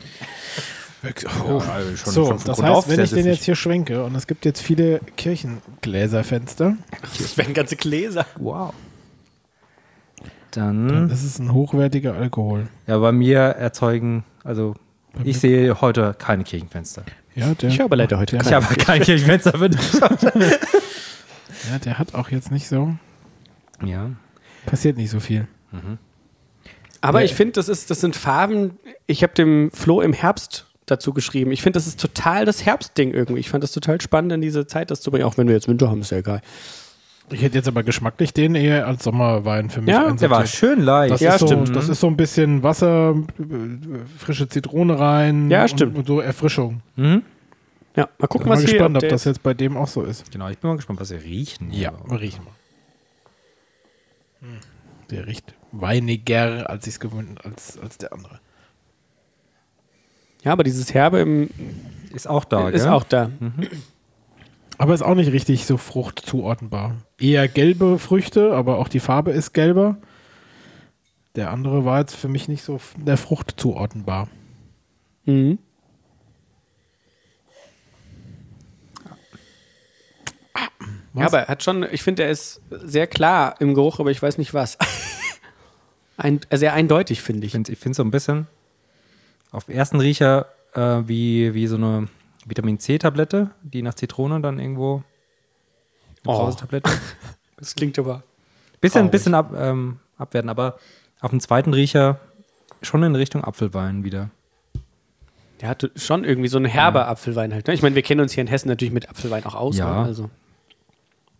Speaker 2: Oh.
Speaker 1: also schon
Speaker 2: So,
Speaker 1: von
Speaker 2: das
Speaker 1: Grund
Speaker 2: heißt,
Speaker 1: auf
Speaker 2: wenn
Speaker 1: sehr
Speaker 2: ich den
Speaker 1: süffig.
Speaker 2: jetzt hier schwenke und es gibt jetzt viele Kirchengläserfenster,
Speaker 3: Das wären ganze Gläser.
Speaker 1: Wow. Dann.
Speaker 2: das ist ein hochwertiger Alkohol.
Speaker 1: Ja, bei mir erzeugen. Also, ich sehe heute keine Kirchenfenster.
Speaker 2: Ja, der,
Speaker 3: Ich habe leider heute
Speaker 1: Ich habe keine Kirchenfenster benutzt.
Speaker 2: ja, der hat auch jetzt nicht so,
Speaker 1: Ja.
Speaker 2: passiert nicht so viel.
Speaker 3: Aber ich finde, das, ist- das sind Farben, ich habe dem Flo im Herbst dazu geschrieben. Ich finde, das ist total das Herbstding irgendwie. Ich fand das total spannend, in diese Zeit das zu bringen. Auch wenn wir jetzt Winter haben, ist ja egal.
Speaker 2: Ich hätte jetzt aber geschmacklich den eher als Sommerwein für mich
Speaker 3: Ja,
Speaker 1: Der war
Speaker 2: einsortiert.
Speaker 1: schön leicht.
Speaker 2: Das,
Speaker 3: Ja,
Speaker 2: ist so,
Speaker 3: stimmt.
Speaker 2: das ist so ein bisschen Wasser, äh, frische Zitrone rein
Speaker 3: Ja,
Speaker 2: und-
Speaker 3: stimmt.
Speaker 2: und so Erfrischung.
Speaker 3: Ja, mal gucken,
Speaker 2: Bin mal
Speaker 3: was hier
Speaker 2: gespannt, ob
Speaker 3: der-
Speaker 2: das jetzt bei dem auch so ist.
Speaker 1: Genau, ich bin mal gespannt, was sie riechen.
Speaker 2: mal riechen mal. Der riecht weiniger, als ich es gewöhnt als, als der andere.
Speaker 3: Ja, aber dieses Herbe im,
Speaker 1: Ist auch da,
Speaker 3: ist
Speaker 1: gell? Hm.
Speaker 3: auch da.
Speaker 2: Aber ist auch nicht richtig so Frucht zuordnenbar. Eher gelbe Früchte, aber auch die Farbe ist gelber. Der andere war jetzt für mich nicht so f- der Frucht zuordnenbar.
Speaker 3: Mhm. Ja, aber er hat schon, ich finde, er ist sehr klar im Geruch, aber ich weiß nicht was. Ein, sehr eindeutig, finde
Speaker 1: Ich
Speaker 3: ich.
Speaker 1: finde es so ein bisschen auf den ersten Riecher äh, wie, wie so eine Vitamin C-Tablette, die nach Zitrone dann irgendwo. Eine
Speaker 3: Oh.
Speaker 1: Brausetablette.
Speaker 3: Das klingt aber.
Speaker 1: Bisschen,
Speaker 3: Traurig.
Speaker 1: bisschen ab, ähm, abwerten, aber auf dem zweiten Riecher schon in Richtung Apfelwein wieder.
Speaker 3: Der hatte schon irgendwie so einen herber Apfelwein halt. Ne? Ich meine, wir kennen uns hier in Hessen natürlich mit Apfelwein auch aus.
Speaker 1: Ja.
Speaker 3: Ne? Also.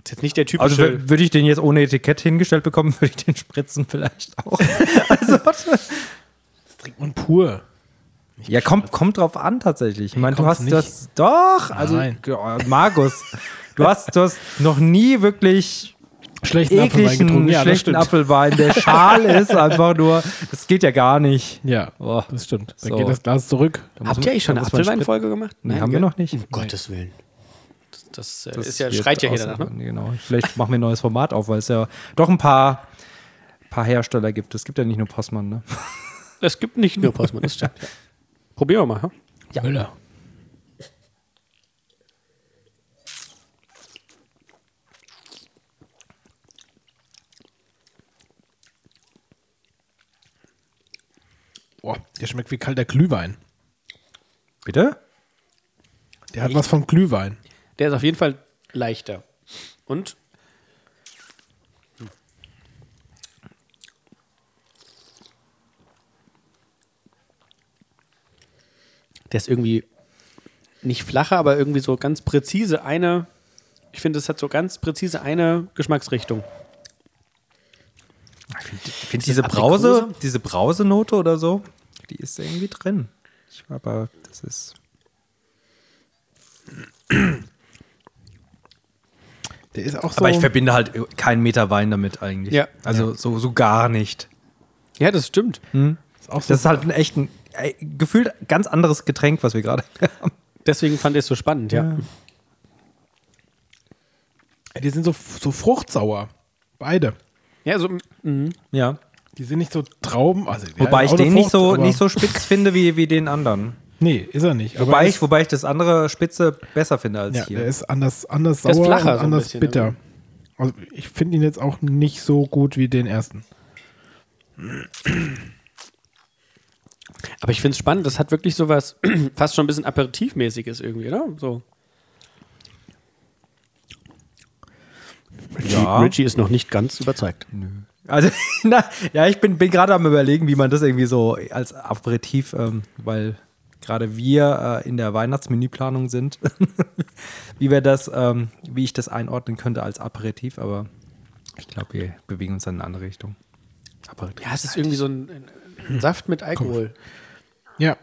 Speaker 3: Ist jetzt nicht der typische.
Speaker 1: Also wür- würde ich den jetzt ohne Etikett hingestellt bekommen, würde ich den spritzen vielleicht auch. also,
Speaker 2: Trinkt man pur.
Speaker 1: ja, kommt, kommt drauf an tatsächlich. Ich meine, du
Speaker 2: kommt's
Speaker 1: hast
Speaker 2: nicht.
Speaker 1: das doch, also
Speaker 2: Nein.
Speaker 1: ja, Markus, du hast, du hast noch nie wirklich
Speaker 2: Schlechten Apfelwein
Speaker 1: ekligen,
Speaker 2: getrunken. Ja, das
Speaker 1: schlechten
Speaker 2: stimmt.
Speaker 1: Apfelwein. Der Schal ist einfach nur, das geht ja gar nicht.
Speaker 2: ja,
Speaker 1: Oh.
Speaker 2: das stimmt. Dann
Speaker 1: So.
Speaker 2: geht das Glas zurück.
Speaker 3: Habt ihr eigentlich schon eine
Speaker 1: muss man
Speaker 3: Apfelweinfolge gemacht?
Speaker 1: Nee, haben wir noch nicht.
Speaker 3: Um Gottes Willen. Das, das, äh,
Speaker 1: Das
Speaker 3: ist ja,
Speaker 1: wird
Speaker 3: schreit ja hier
Speaker 1: außer-
Speaker 3: danach, ne?
Speaker 1: Genau. Vielleicht machen wir ein neues Format auf, weil es ja doch ein paar, paar Hersteller gibt. Es gibt ja nicht nur Postmann, ne?
Speaker 3: Es gibt nicht nur Postmann, das stimmt. Ja. Probieren wir mal, ha?
Speaker 2: Ja. Müller. Boah, der schmeckt wie kalter Glühwein.
Speaker 1: Bitte?
Speaker 2: Der hat was von Glühwein.
Speaker 3: Der ist auf jeden Fall leichter. Und? Der ist irgendwie nicht flacher, aber irgendwie so ganz präzise eine. Ich finde, es hat so ganz präzise eine Geschmacksrichtung.
Speaker 1: Ich finde diese
Speaker 3: das
Speaker 1: Brause,
Speaker 3: Aprikose?
Speaker 1: diese Brausenote oder so, die ist irgendwie drin. Ich, aber das ist.
Speaker 2: Der ist auch so.
Speaker 1: Aber ich verbinde halt keinen Meter Wein damit eigentlich.
Speaker 3: Ja.
Speaker 1: Also So, so gar nicht.
Speaker 3: Ja, das stimmt.
Speaker 2: ist auch so
Speaker 1: Das ist halt ein echt ein, äh, gefühlt ganz anderes Getränk, was wir gerade haben.
Speaker 3: Deswegen fand ich es so spannend, ja.
Speaker 2: die sind so, so fruchtsauer. Beide.
Speaker 3: Ja, so, mhm.
Speaker 1: Ja.
Speaker 2: Die sind nicht so Trauben. Also, ja,
Speaker 1: Wobei ich
Speaker 2: auch eine
Speaker 1: den nicht so,
Speaker 2: Frucht, aber-
Speaker 1: nicht so spitz finde wie, wie den anderen.
Speaker 2: Nee, ist er nicht. aber
Speaker 1: Wobei
Speaker 2: er
Speaker 1: ich, wobei ich das andere Spitze besser finde als
Speaker 2: Ja,
Speaker 1: hier.
Speaker 2: der ist anders, anders
Speaker 3: Der ist
Speaker 2: sauer
Speaker 3: flacher
Speaker 2: und
Speaker 3: so ein
Speaker 2: anders
Speaker 3: bisschen,
Speaker 2: bitter.
Speaker 3: ne?
Speaker 2: Also ich finde ihn jetzt auch nicht so gut wie den ersten.
Speaker 3: Aber ich finde es spannend, das hat wirklich sowas fast schon ein bisschen Aperitivmäßiges irgendwie, oder? So. Richie,
Speaker 1: Ja.
Speaker 3: Richie ist noch nicht ganz überzeugt.
Speaker 1: Also, na, ja, ich bin, bin gerade am überlegen, wie man das irgendwie so als Aperitif, ähm, weil gerade wir äh, in der Weihnachtsmenüplanung sind, wie wir das, ähm, wie ich das einordnen könnte als Aperitif, aber ich glaube, wir bewegen uns dann in eine andere Richtung. Aperitif.
Speaker 3: Ja, es ist irgendwie so ein, ein Saft mit Alkohol.
Speaker 2: Ja,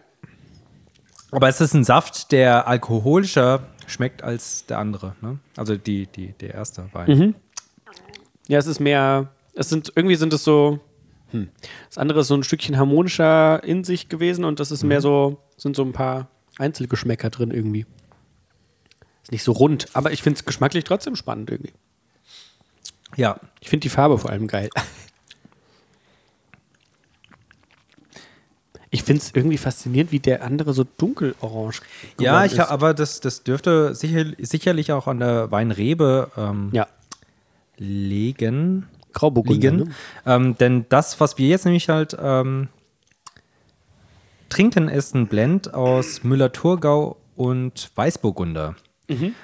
Speaker 1: Aber es ist ein Saft, der alkoholischer schmeckt als der andere, ne? Also die, die, der erste Wein.
Speaker 3: Mhm. Ja, es ist mehr, es sind, irgendwie sind es so, hm. das andere ist so ein Stückchen harmonischer in sich gewesen und das ist mehr so, sind so ein paar Einzelgeschmäcker drin irgendwie. Ist nicht so rund, aber ich finde es geschmacklich trotzdem spannend irgendwie.
Speaker 1: Ja,
Speaker 3: Ich finde die Farbe vor allem geil. Ich finde es irgendwie faszinierend, wie der andere so dunkelorange
Speaker 1: ja,
Speaker 3: geworden
Speaker 1: ich, hab-
Speaker 3: ist.
Speaker 1: aber das, das dürfte sicher, sicherlich auch an der Weinrebe ähm,
Speaker 3: Ja,
Speaker 1: legen.
Speaker 3: Grauburgunder.
Speaker 1: liegen.
Speaker 3: Ne?
Speaker 1: Ähm, denn das, was wir jetzt nämlich halt ähm, trinken, ist ein Blend aus Müller-Thurgau und Weißburgunder.
Speaker 3: Mhm.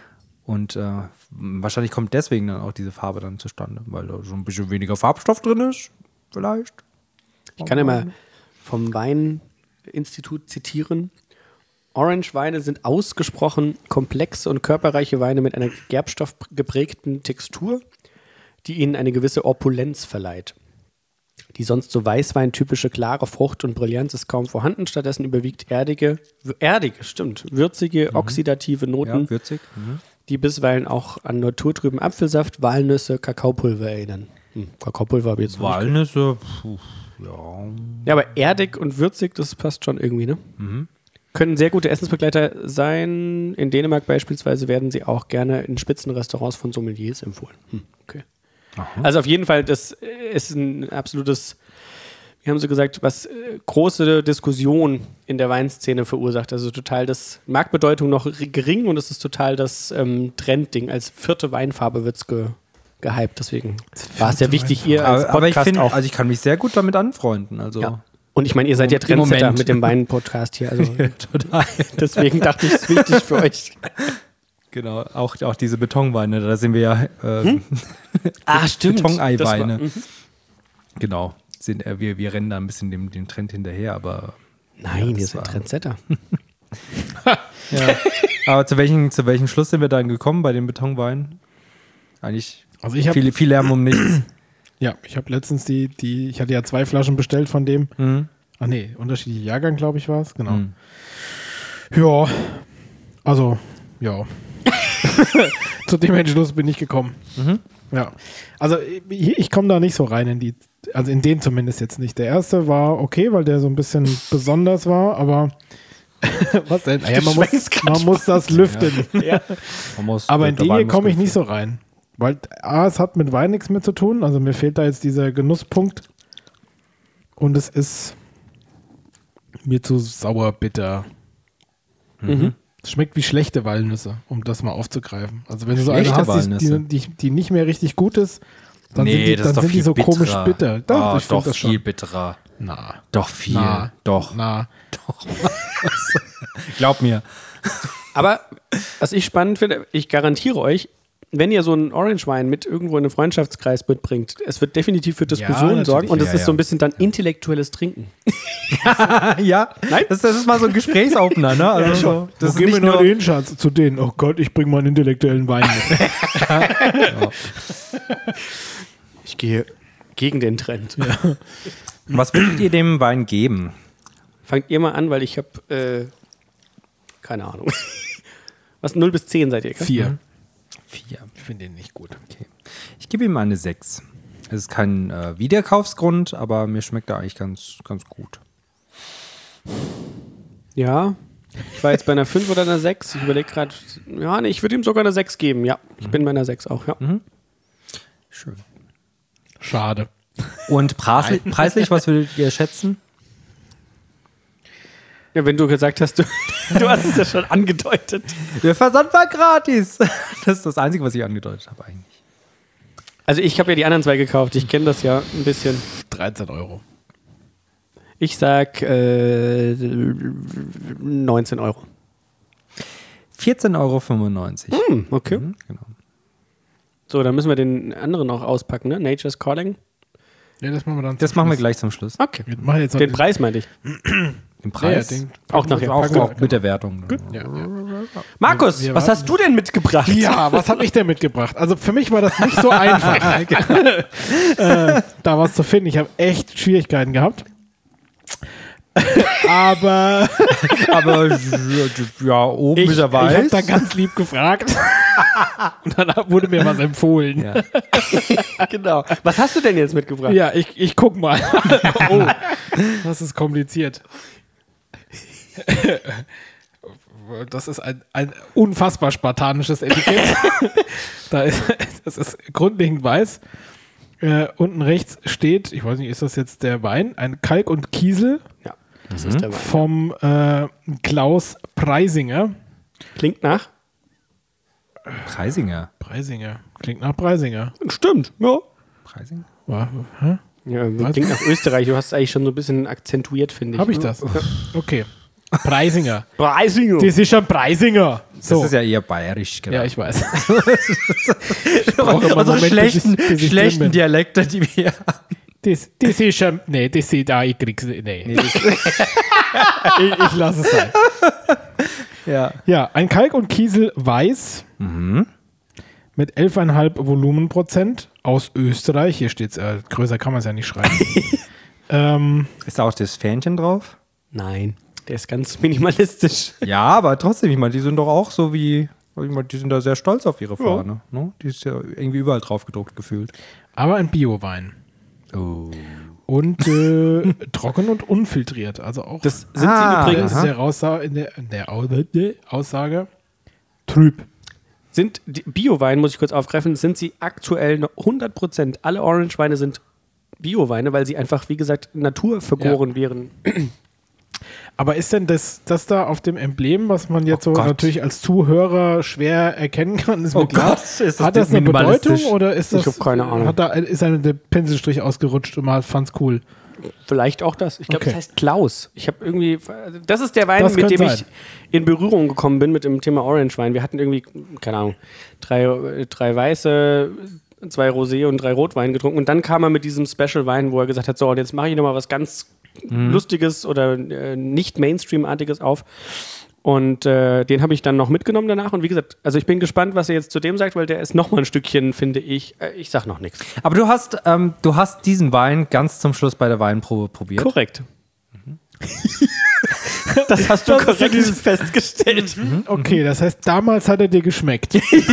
Speaker 1: Und äh, wahrscheinlich kommt deswegen dann auch diese Farbe dann zustande, weil da so ein bisschen weniger Farbstoff drin ist, vielleicht.
Speaker 3: Ich kann ja mal vom Weininstitut zitieren. Orange-Weine sind ausgesprochen komplexe und körperreiche Weine mit einer gerbstoffgeprägten Textur, die ihnen eine gewisse Opulenz verleiht. Die sonst so Weißwein typische klare Frucht und Brillanz ist kaum vorhanden. Stattdessen überwiegt erdige, erdige, stimmt, würzige, oxidative Noten,
Speaker 1: Ja, würzig. Mhm.
Speaker 3: die bisweilen auch an naturtrüben Apfelsaft, Walnüsse, Kakaopulver erinnern. Hm, Kakaopulver habe ich jetzt noch nicht
Speaker 1: Walnüsse, puh, ja.
Speaker 3: ja, aber erdig und würzig, das passt schon irgendwie, ne? Können sehr gute Essensbegleiter sein. In Dänemark beispielsweise werden sie auch gerne in Spitzenrestaurants von Sommeliers empfohlen. Hm, okay. Also auf jeden Fall, das ist ein absolutes, wie haben Sie gesagt, was äh, große Diskussion in der Weinszene verursacht. Also total das Marktbedeutung noch r- gering und es ist total das ähm, Trendding. Als vierte Weinfarbe wird es ge gehypt. Deswegen war es ja wichtig, ihr als
Speaker 1: Aber, aber ich
Speaker 3: Podcast
Speaker 1: finde,
Speaker 3: auch
Speaker 1: also ich kann mich sehr gut damit anfreunden. Also
Speaker 3: ja. Und ich meine, ihr seid ja
Speaker 1: Im Moment.
Speaker 3: Trendsetter mit dem Wein-Podcast hier. Also
Speaker 1: total.
Speaker 3: deswegen dachte ich, es ist wichtig für euch.
Speaker 1: Genau, auch, auch diese Betonweine, da sind wir ja ähm,
Speaker 3: Hm? Ah, stimmt.
Speaker 1: Betoneiweine. ne? Genau. Sind, äh, wir, wir rennen da ein bisschen dem, dem Trend hinterher, aber
Speaker 3: Nein, ihr
Speaker 1: das
Speaker 3: seid
Speaker 1: war-
Speaker 3: Trendsetter.
Speaker 1: Ja. Aber zu welchem, zu welchem Schluss sind wir dann gekommen bei dem Betonwein? Eigentlich
Speaker 2: Also ich habe
Speaker 1: viel, viel Lärm um nichts.
Speaker 2: ja, ich habe letztens die, die, ich hatte ja zwei Flaschen bestellt von dem. Ah nee, unterschiedliche Jahrgang, glaube ich, war es, genau.
Speaker 1: Mhm.
Speaker 2: Ja, also, ja. Zu dem Entschluss bin ich gekommen. Ja, also ich, ich komme da nicht so rein in die, also in den zumindest jetzt nicht. Der erste war okay, weil der so ein bisschen besonders war, aber was denn? Naja, man, muss, man muss das lüften.
Speaker 1: Man muss-
Speaker 2: Aber in
Speaker 1: der
Speaker 2: den
Speaker 1: Wein
Speaker 2: hier
Speaker 1: muss
Speaker 2: komme ich
Speaker 1: gut
Speaker 2: nicht so rein. Weil A, es hat mit Wein nichts mehr zu tun. Also mir fehlt da jetzt dieser Genusspunkt. Und es ist mir zu sauer bitter.
Speaker 1: Mhm.
Speaker 3: Mhm.
Speaker 2: Es schmeckt wie schlechte Walnüsse, um das mal aufzugreifen. Also wenn du so eine
Speaker 1: Schlechte
Speaker 2: hast, die,
Speaker 1: Walnüsse?
Speaker 2: die, die, die nicht mehr richtig gut ist, dann sind die,
Speaker 1: das
Speaker 2: dann
Speaker 1: ist doch
Speaker 2: sind die
Speaker 1: viel
Speaker 2: so
Speaker 1: bitterer.
Speaker 2: komisch bitter. Doch,
Speaker 1: Ah,
Speaker 2: ich finde
Speaker 1: doch
Speaker 2: das
Speaker 1: viel
Speaker 2: schon.
Speaker 1: bitterer.
Speaker 2: Na,
Speaker 1: Doch viel.
Speaker 2: na,
Speaker 1: Doch.
Speaker 2: na.
Speaker 1: Glaub mir.
Speaker 3: Aber was ich spannend finde, ich garantiere euch, wenn ihr so einen Orange-Wein mit irgendwo in einen Freundschaftskreis mitbringt, es wird definitiv für Diskussionen
Speaker 2: natürlich.
Speaker 3: sorgen und es
Speaker 1: Ja,
Speaker 3: ist
Speaker 1: ja.
Speaker 3: so ein bisschen dann intellektuelles Trinken.
Speaker 1: Ja, Nein? Das, das ist mal so ein Gesprächsopener, ne? Also, so, das
Speaker 2: Wo gehen wir noch hin, Schatz? Zu denen. Oh Gott, ich bringe meinen intellektuellen Wein mit.
Speaker 3: Ich gehe gegen den Trend.
Speaker 1: Was würdet ihr dem Wein geben?
Speaker 3: Fangt ihr mal an, weil ich habe äh, keine Ahnung. Was 0 bis 10 seid ihr? gell?
Speaker 2: Vier.
Speaker 1: Vier.
Speaker 2: Ich finde den nicht gut.
Speaker 1: Okay. Ich gebe ihm eine 6. Es ist kein äh, Wiederkaufsgrund, aber mir schmeckt er eigentlich ganz, ganz gut.
Speaker 3: Ja. Ich war jetzt bei einer 5 oder einer 6. Ich überlege gerade, ja, nee, ich würde ihm sogar eine 6 geben. Ja, ich bin bei einer 6 auch, ja.
Speaker 1: Schön.
Speaker 2: Schade.
Speaker 1: Und preislich, preislich was würdet ihr schätzen?
Speaker 3: Ja, wenn du gesagt hast, du, du hast es ja schon angedeutet.
Speaker 1: Der Versand war gratis. Das ist das Einzige, was ich angedeutet habe eigentlich.
Speaker 3: Also ich habe ja die anderen zwei gekauft. Ich kenne das ja ein bisschen.
Speaker 2: 13 Euro.
Speaker 3: Ich sag äh, 19 Euro.
Speaker 1: 14,95 Euro.
Speaker 3: Hm, okay.
Speaker 1: Mhm, Genau.
Speaker 3: So, dann müssen wir den anderen auch auspacken, ne? Nature's Calling.
Speaker 2: Ja, das machen wir dann.
Speaker 1: Das machen wir gleich zum Schluss.
Speaker 3: Okay.
Speaker 2: Wir machen jetzt noch
Speaker 3: Den Preis meinte ich.
Speaker 1: Den
Speaker 2: Ja, ja,
Speaker 1: Preis.
Speaker 2: den,
Speaker 3: Auch nachher.
Speaker 1: auch,
Speaker 2: Gut.
Speaker 1: auch mit der Wertung.
Speaker 2: ja, ja.
Speaker 3: Markus,
Speaker 2: Wir- wir
Speaker 3: was hast du denn mitgebracht?
Speaker 2: ja, was habe ich denn mitgebracht? Also für mich war das nicht so einfach, äh, da was zu finden. Ich habe echt Schwierigkeiten gehabt. Aber
Speaker 1: Aber ja, oben
Speaker 2: ich,
Speaker 1: ist
Speaker 2: ich
Speaker 1: er
Speaker 2: habe
Speaker 1: weiß.
Speaker 2: da ganz lieb gefragt. Und dann wurde mir was empfohlen.
Speaker 1: ja.
Speaker 3: genau. Was hast du denn jetzt mitgebracht?
Speaker 2: Ja, ich, ich guck mal. oh, das ist kompliziert. Das ist ein, ein unfassbar spartanisches Etikett. da ist, das ist grundlegend weiß. Äh, unten rechts steht, ich weiß nicht, ist das jetzt der Wein? Ein Kalk und Kiesel
Speaker 3: Ja, das ist der Wein.
Speaker 2: vom äh, Klaus Preisinger.
Speaker 3: Klingt nach.
Speaker 1: Preisinger.
Speaker 2: Preisinger. Klingt nach Preisinger.
Speaker 3: Stimmt, ja.
Speaker 1: Preisinger?
Speaker 2: Wa- hä?
Speaker 3: klingt nach Österreich. Du hast es eigentlich schon so ein bisschen akzentuiert, finde ich. Mhm.
Speaker 2: Hab ich das? Okay. Preisinger.
Speaker 3: Preisinger.
Speaker 2: Das ist schon Preisinger. So.
Speaker 1: Das ist ja eher bayerisch, genau.
Speaker 2: Ja, ich weiß. brauche immer einen
Speaker 1: Unsere
Speaker 2: Moment, bis ich-
Speaker 1: schlechten,
Speaker 2: bis ich drin
Speaker 1: schlechten
Speaker 2: bin.
Speaker 1: Dialekte, die wir
Speaker 2: Das, das ist schon. Nee, das sieht da, ich krieg's. Nee. ich ich lasse es sein.
Speaker 1: Ja.
Speaker 2: Ja, ein Kalk und Kiesel weiß mit 11,5 Volumenprozent aus Österreich. Hier steht's, äh, größer kann man es ja nicht schreiben. ähm,
Speaker 1: Ist da auch das Fähnchen drauf?
Speaker 3: Nein, der ist ganz minimalistisch.
Speaker 1: Ja, aber trotzdem, ich meine, die sind doch auch so wie. Ich meine, die sind da sehr stolz auf ihre Fahne. Ne? Die ist ja irgendwie überall drauf gedruckt gefühlt.
Speaker 2: aber ein Biowein.
Speaker 1: Oh.
Speaker 2: Und äh, trocken und unfiltriert. Also auch.
Speaker 3: Das sind
Speaker 1: Ah.
Speaker 2: das
Speaker 3: sie übrigens.
Speaker 2: ist der Aussage, in der, in der Au- äh, Aussage trüb.
Speaker 3: Sind die Biowein, muss ich kurz aufgreifen, sind sie aktuell noch 100% alle Orangeweine sind Bioweine, weil sie einfach, wie gesagt, naturvergoren wären.
Speaker 2: Aber ist denn das, das da auf dem Emblem, was man jetzt
Speaker 1: Oh
Speaker 2: so
Speaker 1: Gott.
Speaker 2: natürlich als Zuhörer schwer erkennen kann, ist
Speaker 1: Oh
Speaker 2: mir klar.
Speaker 1: Gott, ist das
Speaker 2: hat das eine
Speaker 1: minimalistisch.
Speaker 2: Bedeutung oder ist das?
Speaker 3: Ich hab keine Ahnung.
Speaker 2: Hat da ist einem der Pinselstrich ausgerutscht und man fand's cool.
Speaker 3: Vielleicht auch das. Ich glaube,
Speaker 2: Okay.
Speaker 3: das heißt Klaus. Ich habe irgendwie. also Das ist der Wein,
Speaker 2: Das
Speaker 3: mit
Speaker 2: könnte
Speaker 3: dem ich
Speaker 2: sein.
Speaker 3: in Berührung gekommen bin mit dem Thema Orangewein. Wir hatten irgendwie, keine Ahnung, drei, drei weiße, zwei Rosé und drei Rotwein getrunken. Und dann kam er mit diesem Special-Wein, wo er gesagt hat: So, und jetzt
Speaker 2: Mhm.
Speaker 3: mache ich nochmal was ganz Lustiges oder äh, nicht Mainstream-artiges auf. Und äh, den habe ich dann noch mitgenommen danach. Und wie gesagt, also ich bin gespannt, was ihr jetzt zu dem sagt, weil der ist noch mal ein Stückchen, finde ich. Äh, ich sag noch nichts.
Speaker 1: Aber du hast, ähm, du hast diesen Wein ganz zum Schluss bei der Weinprobe probiert.
Speaker 3: Korrekt. Mhm. das hast du korrekt festgestellt. Mhm.
Speaker 1: Mhm,
Speaker 2: Okay, das heißt, damals hat er dir geschmeckt.
Speaker 1: Ich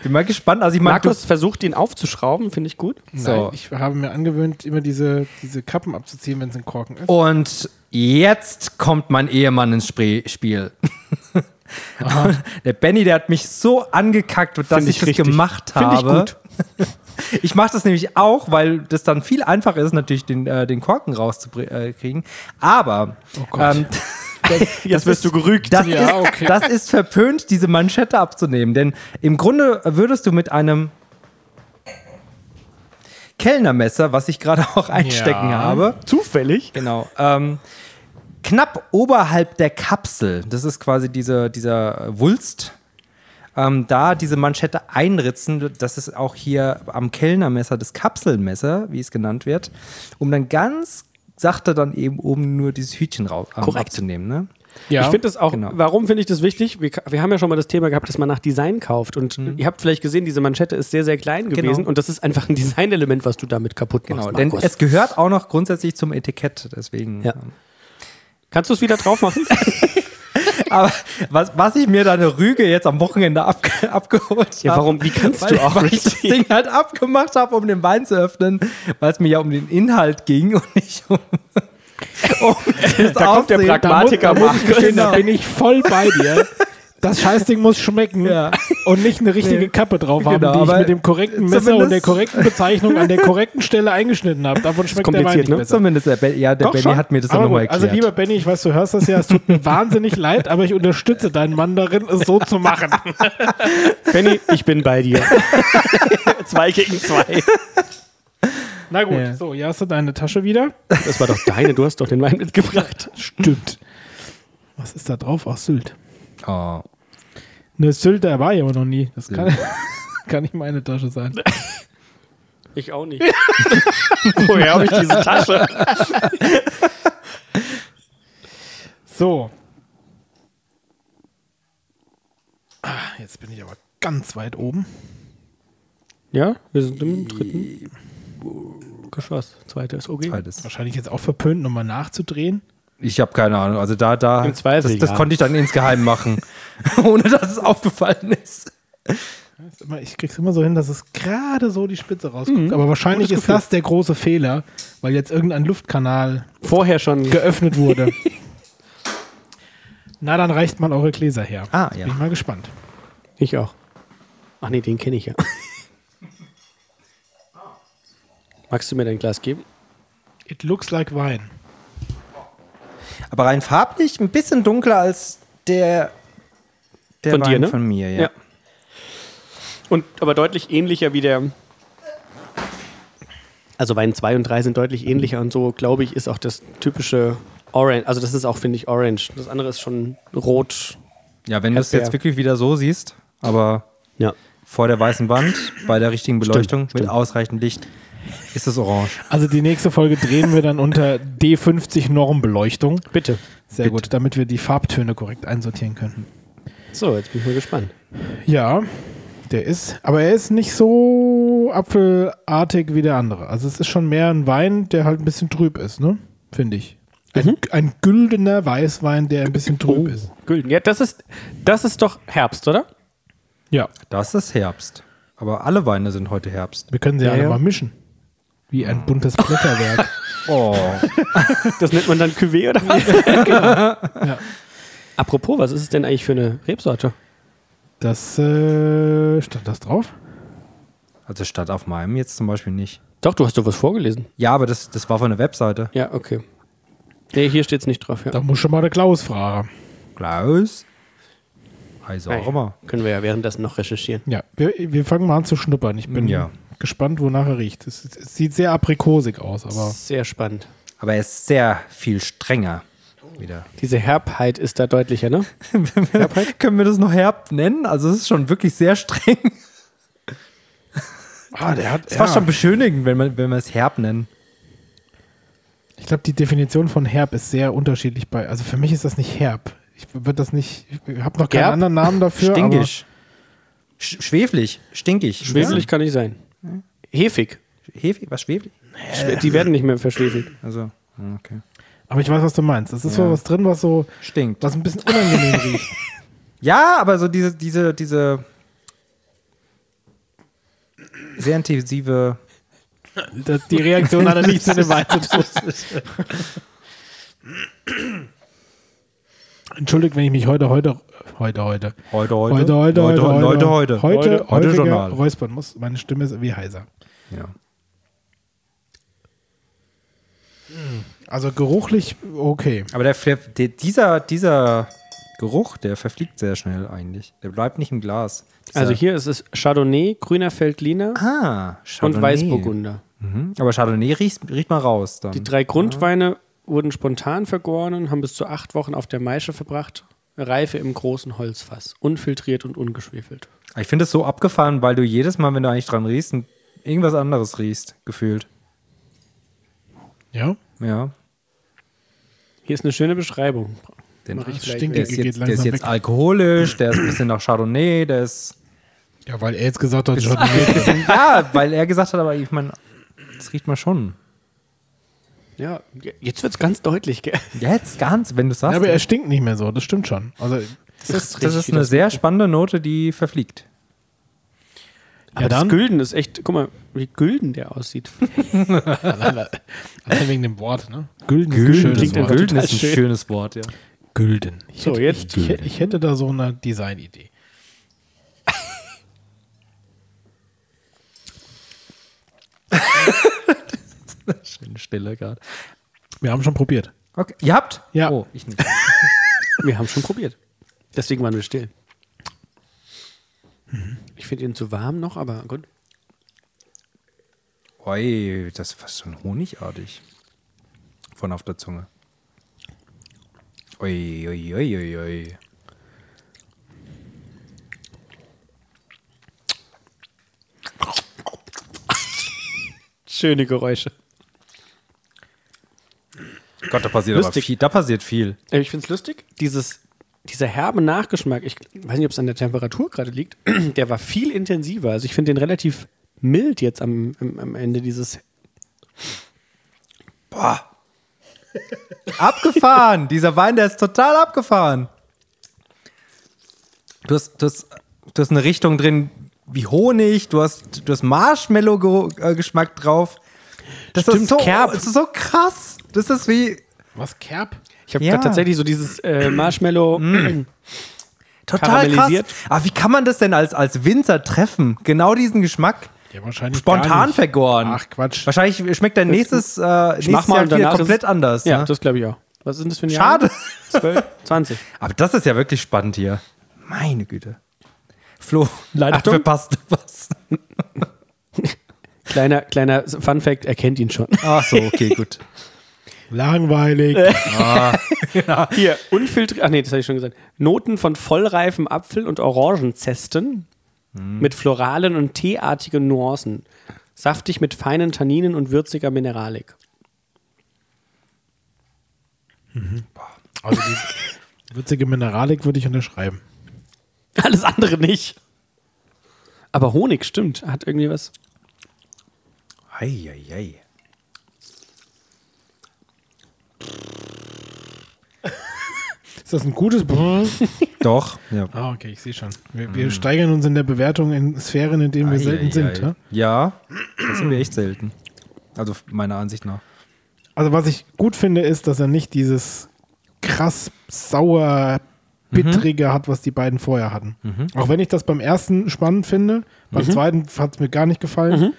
Speaker 1: bin mal gespannt. Also ich mag
Speaker 3: Markus versucht, ihn aufzuschrauben, finde ich gut.
Speaker 1: So.
Speaker 2: Nein, ich habe mir angewöhnt, immer diese, diese Kappen abzuziehen, wenn es ein Korken ist.
Speaker 1: Und jetzt kommt mein Ehemann ins Spree- Spiel. der Benny, der hat mich so angekackt, dass
Speaker 3: Finde
Speaker 1: ich,
Speaker 3: ich
Speaker 1: das
Speaker 3: richtig.
Speaker 1: gemacht
Speaker 3: Finde ich
Speaker 1: habe. Ich, mache das nämlich auch, weil das dann viel einfacher ist, natürlich den, äh, den Korken rauszukriegen. Aber ähm,
Speaker 2: Gott.
Speaker 3: Oh Jetzt wirst du gerügt.
Speaker 1: das,
Speaker 2: Ja,
Speaker 1: ist,
Speaker 2: okay.
Speaker 1: das ist verpönt, diese Manschette abzunehmen. Denn im Grunde würdest du mit einem Kellnermesser, was ich gerade auch einstecken
Speaker 2: Ja.
Speaker 1: habe,
Speaker 3: Zufällig.
Speaker 1: Genau. Ähm, knapp oberhalb der Kapsel, das ist quasi diese, dieser Wulst, ähm, da diese Manschette einritzen, das ist auch hier am Kellnermesser das Kapselmesser, wie es genannt wird, um dann ganz sachte dann eben oben nur dieses Hütchen raus ähm,
Speaker 3: Korrekt.
Speaker 1: abzunehmen. Ne?
Speaker 2: Ja.
Speaker 3: Ich finde das auch,
Speaker 1: Genau.
Speaker 3: warum finde ich das wichtig? Wir, wir haben ja schon mal das Thema gehabt, dass man nach Design kauft. Und ihr habt vielleicht gesehen, diese Manschette ist sehr, sehr klein
Speaker 1: Genau.
Speaker 3: gewesen. Und das ist einfach ein Designelement, was du damit kaputt
Speaker 1: Genau,
Speaker 3: machst.
Speaker 1: denn
Speaker 3: Markus.
Speaker 1: es gehört auch noch grundsätzlich zum Etikett, deswegen. ähm,
Speaker 3: Ja. Kannst du es wieder drauf machen?
Speaker 1: Aber was, was ich mir da eine Rüge jetzt am Wochenende abge abgeholt habe.
Speaker 3: Ja, warum? Wie kannst
Speaker 1: weil,
Speaker 3: du auch
Speaker 1: weil ich das
Speaker 3: richtig?
Speaker 1: Ding halt abgemacht habe, um den Wein zu öffnen, weil es mir ja um den Inhalt ging und nicht um. um das
Speaker 3: Da kommt der
Speaker 1: Aussehen.
Speaker 3: Pragmatiker
Speaker 1: Da muss- da muss ich Genau.
Speaker 3: Markus. Genau.
Speaker 1: gestehen,
Speaker 2: da
Speaker 1: da
Speaker 2: bin ich voll bei dir. Das Scheißding muss schmecken
Speaker 1: Ja.
Speaker 2: und nicht eine richtige
Speaker 1: Nee.
Speaker 2: Kappe drauf haben,
Speaker 1: Genau,
Speaker 2: die ich
Speaker 1: aber
Speaker 2: mit dem korrekten Messer
Speaker 1: zumindest-
Speaker 2: und der korrekten Bezeichnung an der korrekten Stelle eingeschnitten habe. Davon schmeckt der Wein
Speaker 3: kompliziert,
Speaker 2: nicht
Speaker 3: ne?
Speaker 1: bin-
Speaker 2: besser.
Speaker 1: Zumindest der, ben, ja, der
Speaker 2: Doch
Speaker 1: Benny
Speaker 2: schon.
Speaker 1: hat mir das
Speaker 2: Aber
Speaker 1: nochmal
Speaker 2: gut.
Speaker 1: erklärt.
Speaker 2: Also lieber Benny, ich weiß, du hörst das ja, es tut mir wahnsinnig leid, aber ich unterstütze deinen Mann darin, es so zu machen.
Speaker 3: Benny, ich bin bei dir. zwei gegen zwei.
Speaker 2: Na gut,
Speaker 1: Ja.
Speaker 2: so, hier hast du deine Tasche wieder.
Speaker 3: Das war doch deine, du hast doch den Wein mitgebracht.
Speaker 2: Stimmt. Was ist da drauf? Ach, Sylt.
Speaker 1: oh.
Speaker 2: Eine Sylter war ich aber noch nie. Das kann, kann nicht meine Tasche sein.
Speaker 3: Ich auch nicht. Woher habe ich diese Tasche?
Speaker 2: So. Ah, Jetzt bin ich aber ganz weit oben.
Speaker 3: Ja, wir sind im dritten Geschoss. Zweiter ist OG.
Speaker 1: Alles.
Speaker 2: Wahrscheinlich jetzt auch verpönt, nochmal nachzudrehen.
Speaker 1: Ich habe keine Ahnung. Also da, da.
Speaker 3: Im Zweifel,
Speaker 1: das, das
Speaker 3: ja.
Speaker 1: konnte ich dann insgeheim machen, ohne dass es aufgefallen ist.
Speaker 2: Ist immer- Ich krieg's immer so hin, dass es gerade so die Spitze rausguckt.
Speaker 1: Mhm.
Speaker 2: Aber wahrscheinlich ist das der große Fehler, weil jetzt irgendein Luftkanal
Speaker 3: Vorher schon.
Speaker 2: geöffnet wurde. Na, dann reicht mal eure Gläser her.
Speaker 1: Ah,
Speaker 2: Jetzt
Speaker 1: ja.
Speaker 2: Bin ich mal gespannt.
Speaker 3: Ich auch. Ach nee, den kenne ich ja. Magst du mir dein Glas geben?
Speaker 2: It looks like wine.
Speaker 1: Aber rein farblich ein bisschen dunkler als der, der
Speaker 3: Von
Speaker 1: Wein
Speaker 3: dir, ne?
Speaker 1: von mir. Ja.
Speaker 3: Und aber deutlich ähnlicher wie der. Also Wein 2 und 3 sind deutlich ähnlicher und so, glaube ich, ist auch das typische Orange. Also das ist auch, finde ich, Orange. Das andere ist schon rot.
Speaker 1: Ja, wenn du es
Speaker 3: Erdbeer.
Speaker 1: jetzt wirklich wieder so siehst, aber
Speaker 3: Ja.
Speaker 1: vor der weißen Wand, bei der richtigen Beleuchtung, mit
Speaker 3: stimmt.
Speaker 1: ausreichend Licht, ist es orange.
Speaker 2: Also die nächste Folge drehen wir dann unter D50 Normbeleuchtung.
Speaker 3: Bitte.
Speaker 2: Sehr gut, damit wir die Farbtöne korrekt einsortieren können.
Speaker 3: So, jetzt bin ich mal gespannt.
Speaker 2: Ja, der ist, aber er ist nicht so apfelartig wie der andere. Also es ist schon mehr ein Wein, der halt ein bisschen trüb ist, ne? Finde ich. Ein, ein güldener Weißwein, der ein bisschen trüb ist.
Speaker 3: Gülden. Ja, das ist, das ist doch Herbst, oder?
Speaker 2: Ja,
Speaker 1: Das ist Herbst. Aber alle Weine sind heute Herbst.
Speaker 2: wir können sie ja,
Speaker 3: Ja,
Speaker 2: alle
Speaker 3: ja.
Speaker 2: mal mischen. Wie ein buntes Blätterwerk.
Speaker 1: Oh.
Speaker 3: Das nennt man dann Cuvée oder was? genau. Apropos, was ist es denn eigentlich für eine Rebsorte?
Speaker 2: Das äh, stand das drauf?
Speaker 1: Also statt auf meinem jetzt zum Beispiel nicht.
Speaker 3: Doch, du hast doch was vorgelesen.
Speaker 1: Ja, aber das, das war von der Webseite.
Speaker 3: Ja, okay. Nee, hier steht es nicht drauf. Ja.
Speaker 2: Da muss schon mal der Klaus fragen.
Speaker 1: Klaus. Also auch immer.
Speaker 3: Können wir ja währenddessen noch recherchieren.
Speaker 2: Ja, wir, wir fangen mal an zu schnuppern. Ich bin
Speaker 1: Ja.
Speaker 2: gespannt, wonach er riecht. Es, es sieht sehr aprikosig aus, aber
Speaker 3: Sehr spannend.
Speaker 1: Aber er ist sehr viel strenger. Wieder.
Speaker 3: Diese Herbheit ist da deutlicher, ne? halt
Speaker 1: Können wir das noch Herbst nennen? Also es ist schon wirklich sehr streng.
Speaker 2: ah, der hat ah,
Speaker 1: Es war schon beschönigend, wenn man, wenn wir es Herb nennen.
Speaker 2: Ich glaube, die Definition von herb ist sehr unterschiedlich bei. Also für mich ist das nicht herb. Ich würde das nicht. Ich habe noch keinen
Speaker 1: Herb?
Speaker 2: anderen Namen dafür.
Speaker 1: Stinkig. Sch schweflig. Stinkig.
Speaker 3: Schwefelig kann nicht sein. Hefig.
Speaker 1: Ja. Hefig? Was schweflig?
Speaker 3: Schwe- Die werden nicht mehr verschwefelt.
Speaker 1: Also, okay.
Speaker 2: Aber, aber ich weiß, was du meinst. Es ist so
Speaker 1: Ja.
Speaker 2: was drin, was so,
Speaker 1: Stinkt.
Speaker 2: was ein bisschen unangenehm riecht.
Speaker 1: Ja, aber so diese, diese, diese sehr intensive.
Speaker 2: Das- Die Reaktion hat er nicht zu dem Wein zu tun. Entschuldigt, wenn ich mich heute, heute, heute, heute,
Speaker 1: Heute,
Speaker 2: heute, heute, heute,
Speaker 1: heute,
Speaker 2: heute, heute,
Speaker 1: heute
Speaker 2: häufiger
Speaker 1: Journal.
Speaker 2: räuspern muss. Meine Stimme ist wie heiser.
Speaker 1: Ja.
Speaker 2: Also geruchlich okay.
Speaker 1: Aber der, Flav- der, dieser, dieser Geruch, der verfliegt sehr schnell eigentlich. Der bleibt nicht im Glas. Dieser,
Speaker 3: Also hier ist es Chardonnay, grüner Feldliner
Speaker 1: Ah, Chardonnay.
Speaker 3: und Weißburgunder.
Speaker 1: Mhm. Aber Chardonnay riecht, riecht mal raus dann.
Speaker 3: Die drei Grundweine wurden spontan vergoren und haben bis zu acht Wochen auf der Maische verbracht. Reife im großen Holzfass, unfiltriert und ungeschwefelt.
Speaker 1: ich finde es so abgefahren, weil du jedes Mal, wenn du eigentlich dran riechst, ein- irgendwas anderes riechst, gefühlt.
Speaker 2: Ja.
Speaker 1: Ja.
Speaker 3: Hier ist eine schöne Beschreibung.
Speaker 1: Den
Speaker 3: Mach ich gleich
Speaker 2: stinkt
Speaker 1: der
Speaker 2: Der
Speaker 1: ist
Speaker 2: geht
Speaker 1: jetzt, der
Speaker 2: langsam
Speaker 1: ist jetzt
Speaker 2: weg.
Speaker 1: alkoholisch, der ist ein bisschen nach Chardonnay, der ist.
Speaker 2: Ja, weil er jetzt gesagt hat, Chardonnay.
Speaker 1: ja, weil er gesagt hat, aber ich meine, das riecht man schon.
Speaker 3: Ja, jetzt wird es ganz deutlich. Gell?
Speaker 1: Jetzt ganz, wenn du
Speaker 2: Ja,
Speaker 1: sagst.
Speaker 2: aber er stinkt nicht mehr so, das stimmt schon. Also,
Speaker 1: das ist, das
Speaker 3: richtig,
Speaker 1: ist
Speaker 3: wie
Speaker 1: eine
Speaker 3: das
Speaker 1: sehr spannende Note, die verfliegt.
Speaker 3: Aber das
Speaker 2: dann.
Speaker 3: Gülden ist echt, guck mal, wie gülden der aussieht.
Speaker 2: allein, allein wegen dem Wort, ne? Gülden,
Speaker 3: klingt
Speaker 2: Wort.
Speaker 3: einfach
Speaker 1: Gülden
Speaker 3: total
Speaker 1: ist ein
Speaker 3: schön.
Speaker 1: schönes Wort, ja.
Speaker 2: Gülden. Ich
Speaker 3: So,
Speaker 2: hätte,
Speaker 3: jetzt-
Speaker 2: Ich, ich, ich hätte da so eine Designidee.
Speaker 1: Schöne Stille gerade.
Speaker 2: Wir haben schon probiert.
Speaker 1: Okay. Ihr habt?
Speaker 2: Ja.
Speaker 1: Oh, ich nicht.
Speaker 3: Wir haben schon probiert. Deswegen waren wir still. Ich finde ihn zu warm noch, aber gut.
Speaker 1: Oi, das ist fast schon honigartig. Von auf der Zunge. Oi, oi, oi, oi, oi.
Speaker 3: Schöne Geräusche.
Speaker 1: Gott, da passiert aber
Speaker 3: Lustig.
Speaker 1: viel. Da passiert viel.
Speaker 3: Äh, Ich finde es lustig, dieses, dieser herbe Nachgeschmack, ich weiß nicht, ob es an der Temperatur gerade liegt, der war viel intensiver. Also ich finde den relativ mild jetzt am, am, am Ende dieses.
Speaker 1: Abgefahren! Dieser Wein, der ist total abgefahren. Du hast, du hast, du hast eine Richtung drin wie Honig, du hast, du hast Marshmallow-Geschmack drauf. Das
Speaker 3: Stimmt,
Speaker 1: ist so,
Speaker 3: Kerb.
Speaker 1: Das ist so krass. Das ist wie
Speaker 2: Was, Kerb?
Speaker 3: Ich habe
Speaker 1: Ja. Mm.
Speaker 3: gerade tatsächlich so dieses äh, Marshmallow.
Speaker 1: total krass.
Speaker 3: Karamellisiert.
Speaker 1: Aber wie kann man das denn als, als Winzer treffen? Genau diesen Geschmack.
Speaker 2: Ja, wahrscheinlich gar
Speaker 1: Spontan
Speaker 2: nicht.
Speaker 1: vergoren.
Speaker 2: Ach, Quatsch.
Speaker 1: Wahrscheinlich schmeckt dein nächstes, äh,
Speaker 3: Ich mach
Speaker 1: nächstes
Speaker 3: mal
Speaker 1: Jahr
Speaker 3: und
Speaker 1: wieder
Speaker 3: danach
Speaker 1: komplett
Speaker 3: ist,
Speaker 1: anders.
Speaker 3: Ja,
Speaker 1: ne?
Speaker 3: das glaube ich auch. Was sind das für ein Jahr?
Speaker 1: Schade.
Speaker 3: 12, 20.
Speaker 1: Aber das ist ja wirklich spannend hier. Meine Güte. Flo, leider
Speaker 3: Achtung.
Speaker 1: verpasst du was.
Speaker 3: Kleiner, kleiner Fun Fact, er kennt ihn schon.
Speaker 1: Ach so, okay, gut.
Speaker 2: Langweilig.
Speaker 3: Hier, unfiltriert. Ach nee, das hatte ich schon gesagt. Noten von vollreifem Apfel und Orangenzesten mit floralen und teeartigen Nuancen. Saftig mit feinen Tanninen und würziger Mineralik.
Speaker 2: Also die würzige Mineralik würde ich unterschreiben.
Speaker 3: Alles andere nicht. Aber Honig, stimmt, hat irgendwie was.
Speaker 1: Eieiei.
Speaker 2: Ist das ein gutes...
Speaker 1: Doch. Ja.
Speaker 2: Ah, okay, ich sehe schon. Wir, wir steigern uns in der Bewertung in Sphären, in denen wir selten sind. Ja?
Speaker 1: Ja, das sind wir echt selten. Also meiner Ansicht nach.
Speaker 2: Also was ich gut finde, ist, dass er nicht dieses krass sauer bittrige hat, was die beiden vorher hatten. Auch wenn ich das beim ersten spannend finde, beim zweiten hat es mir gar nicht gefallen.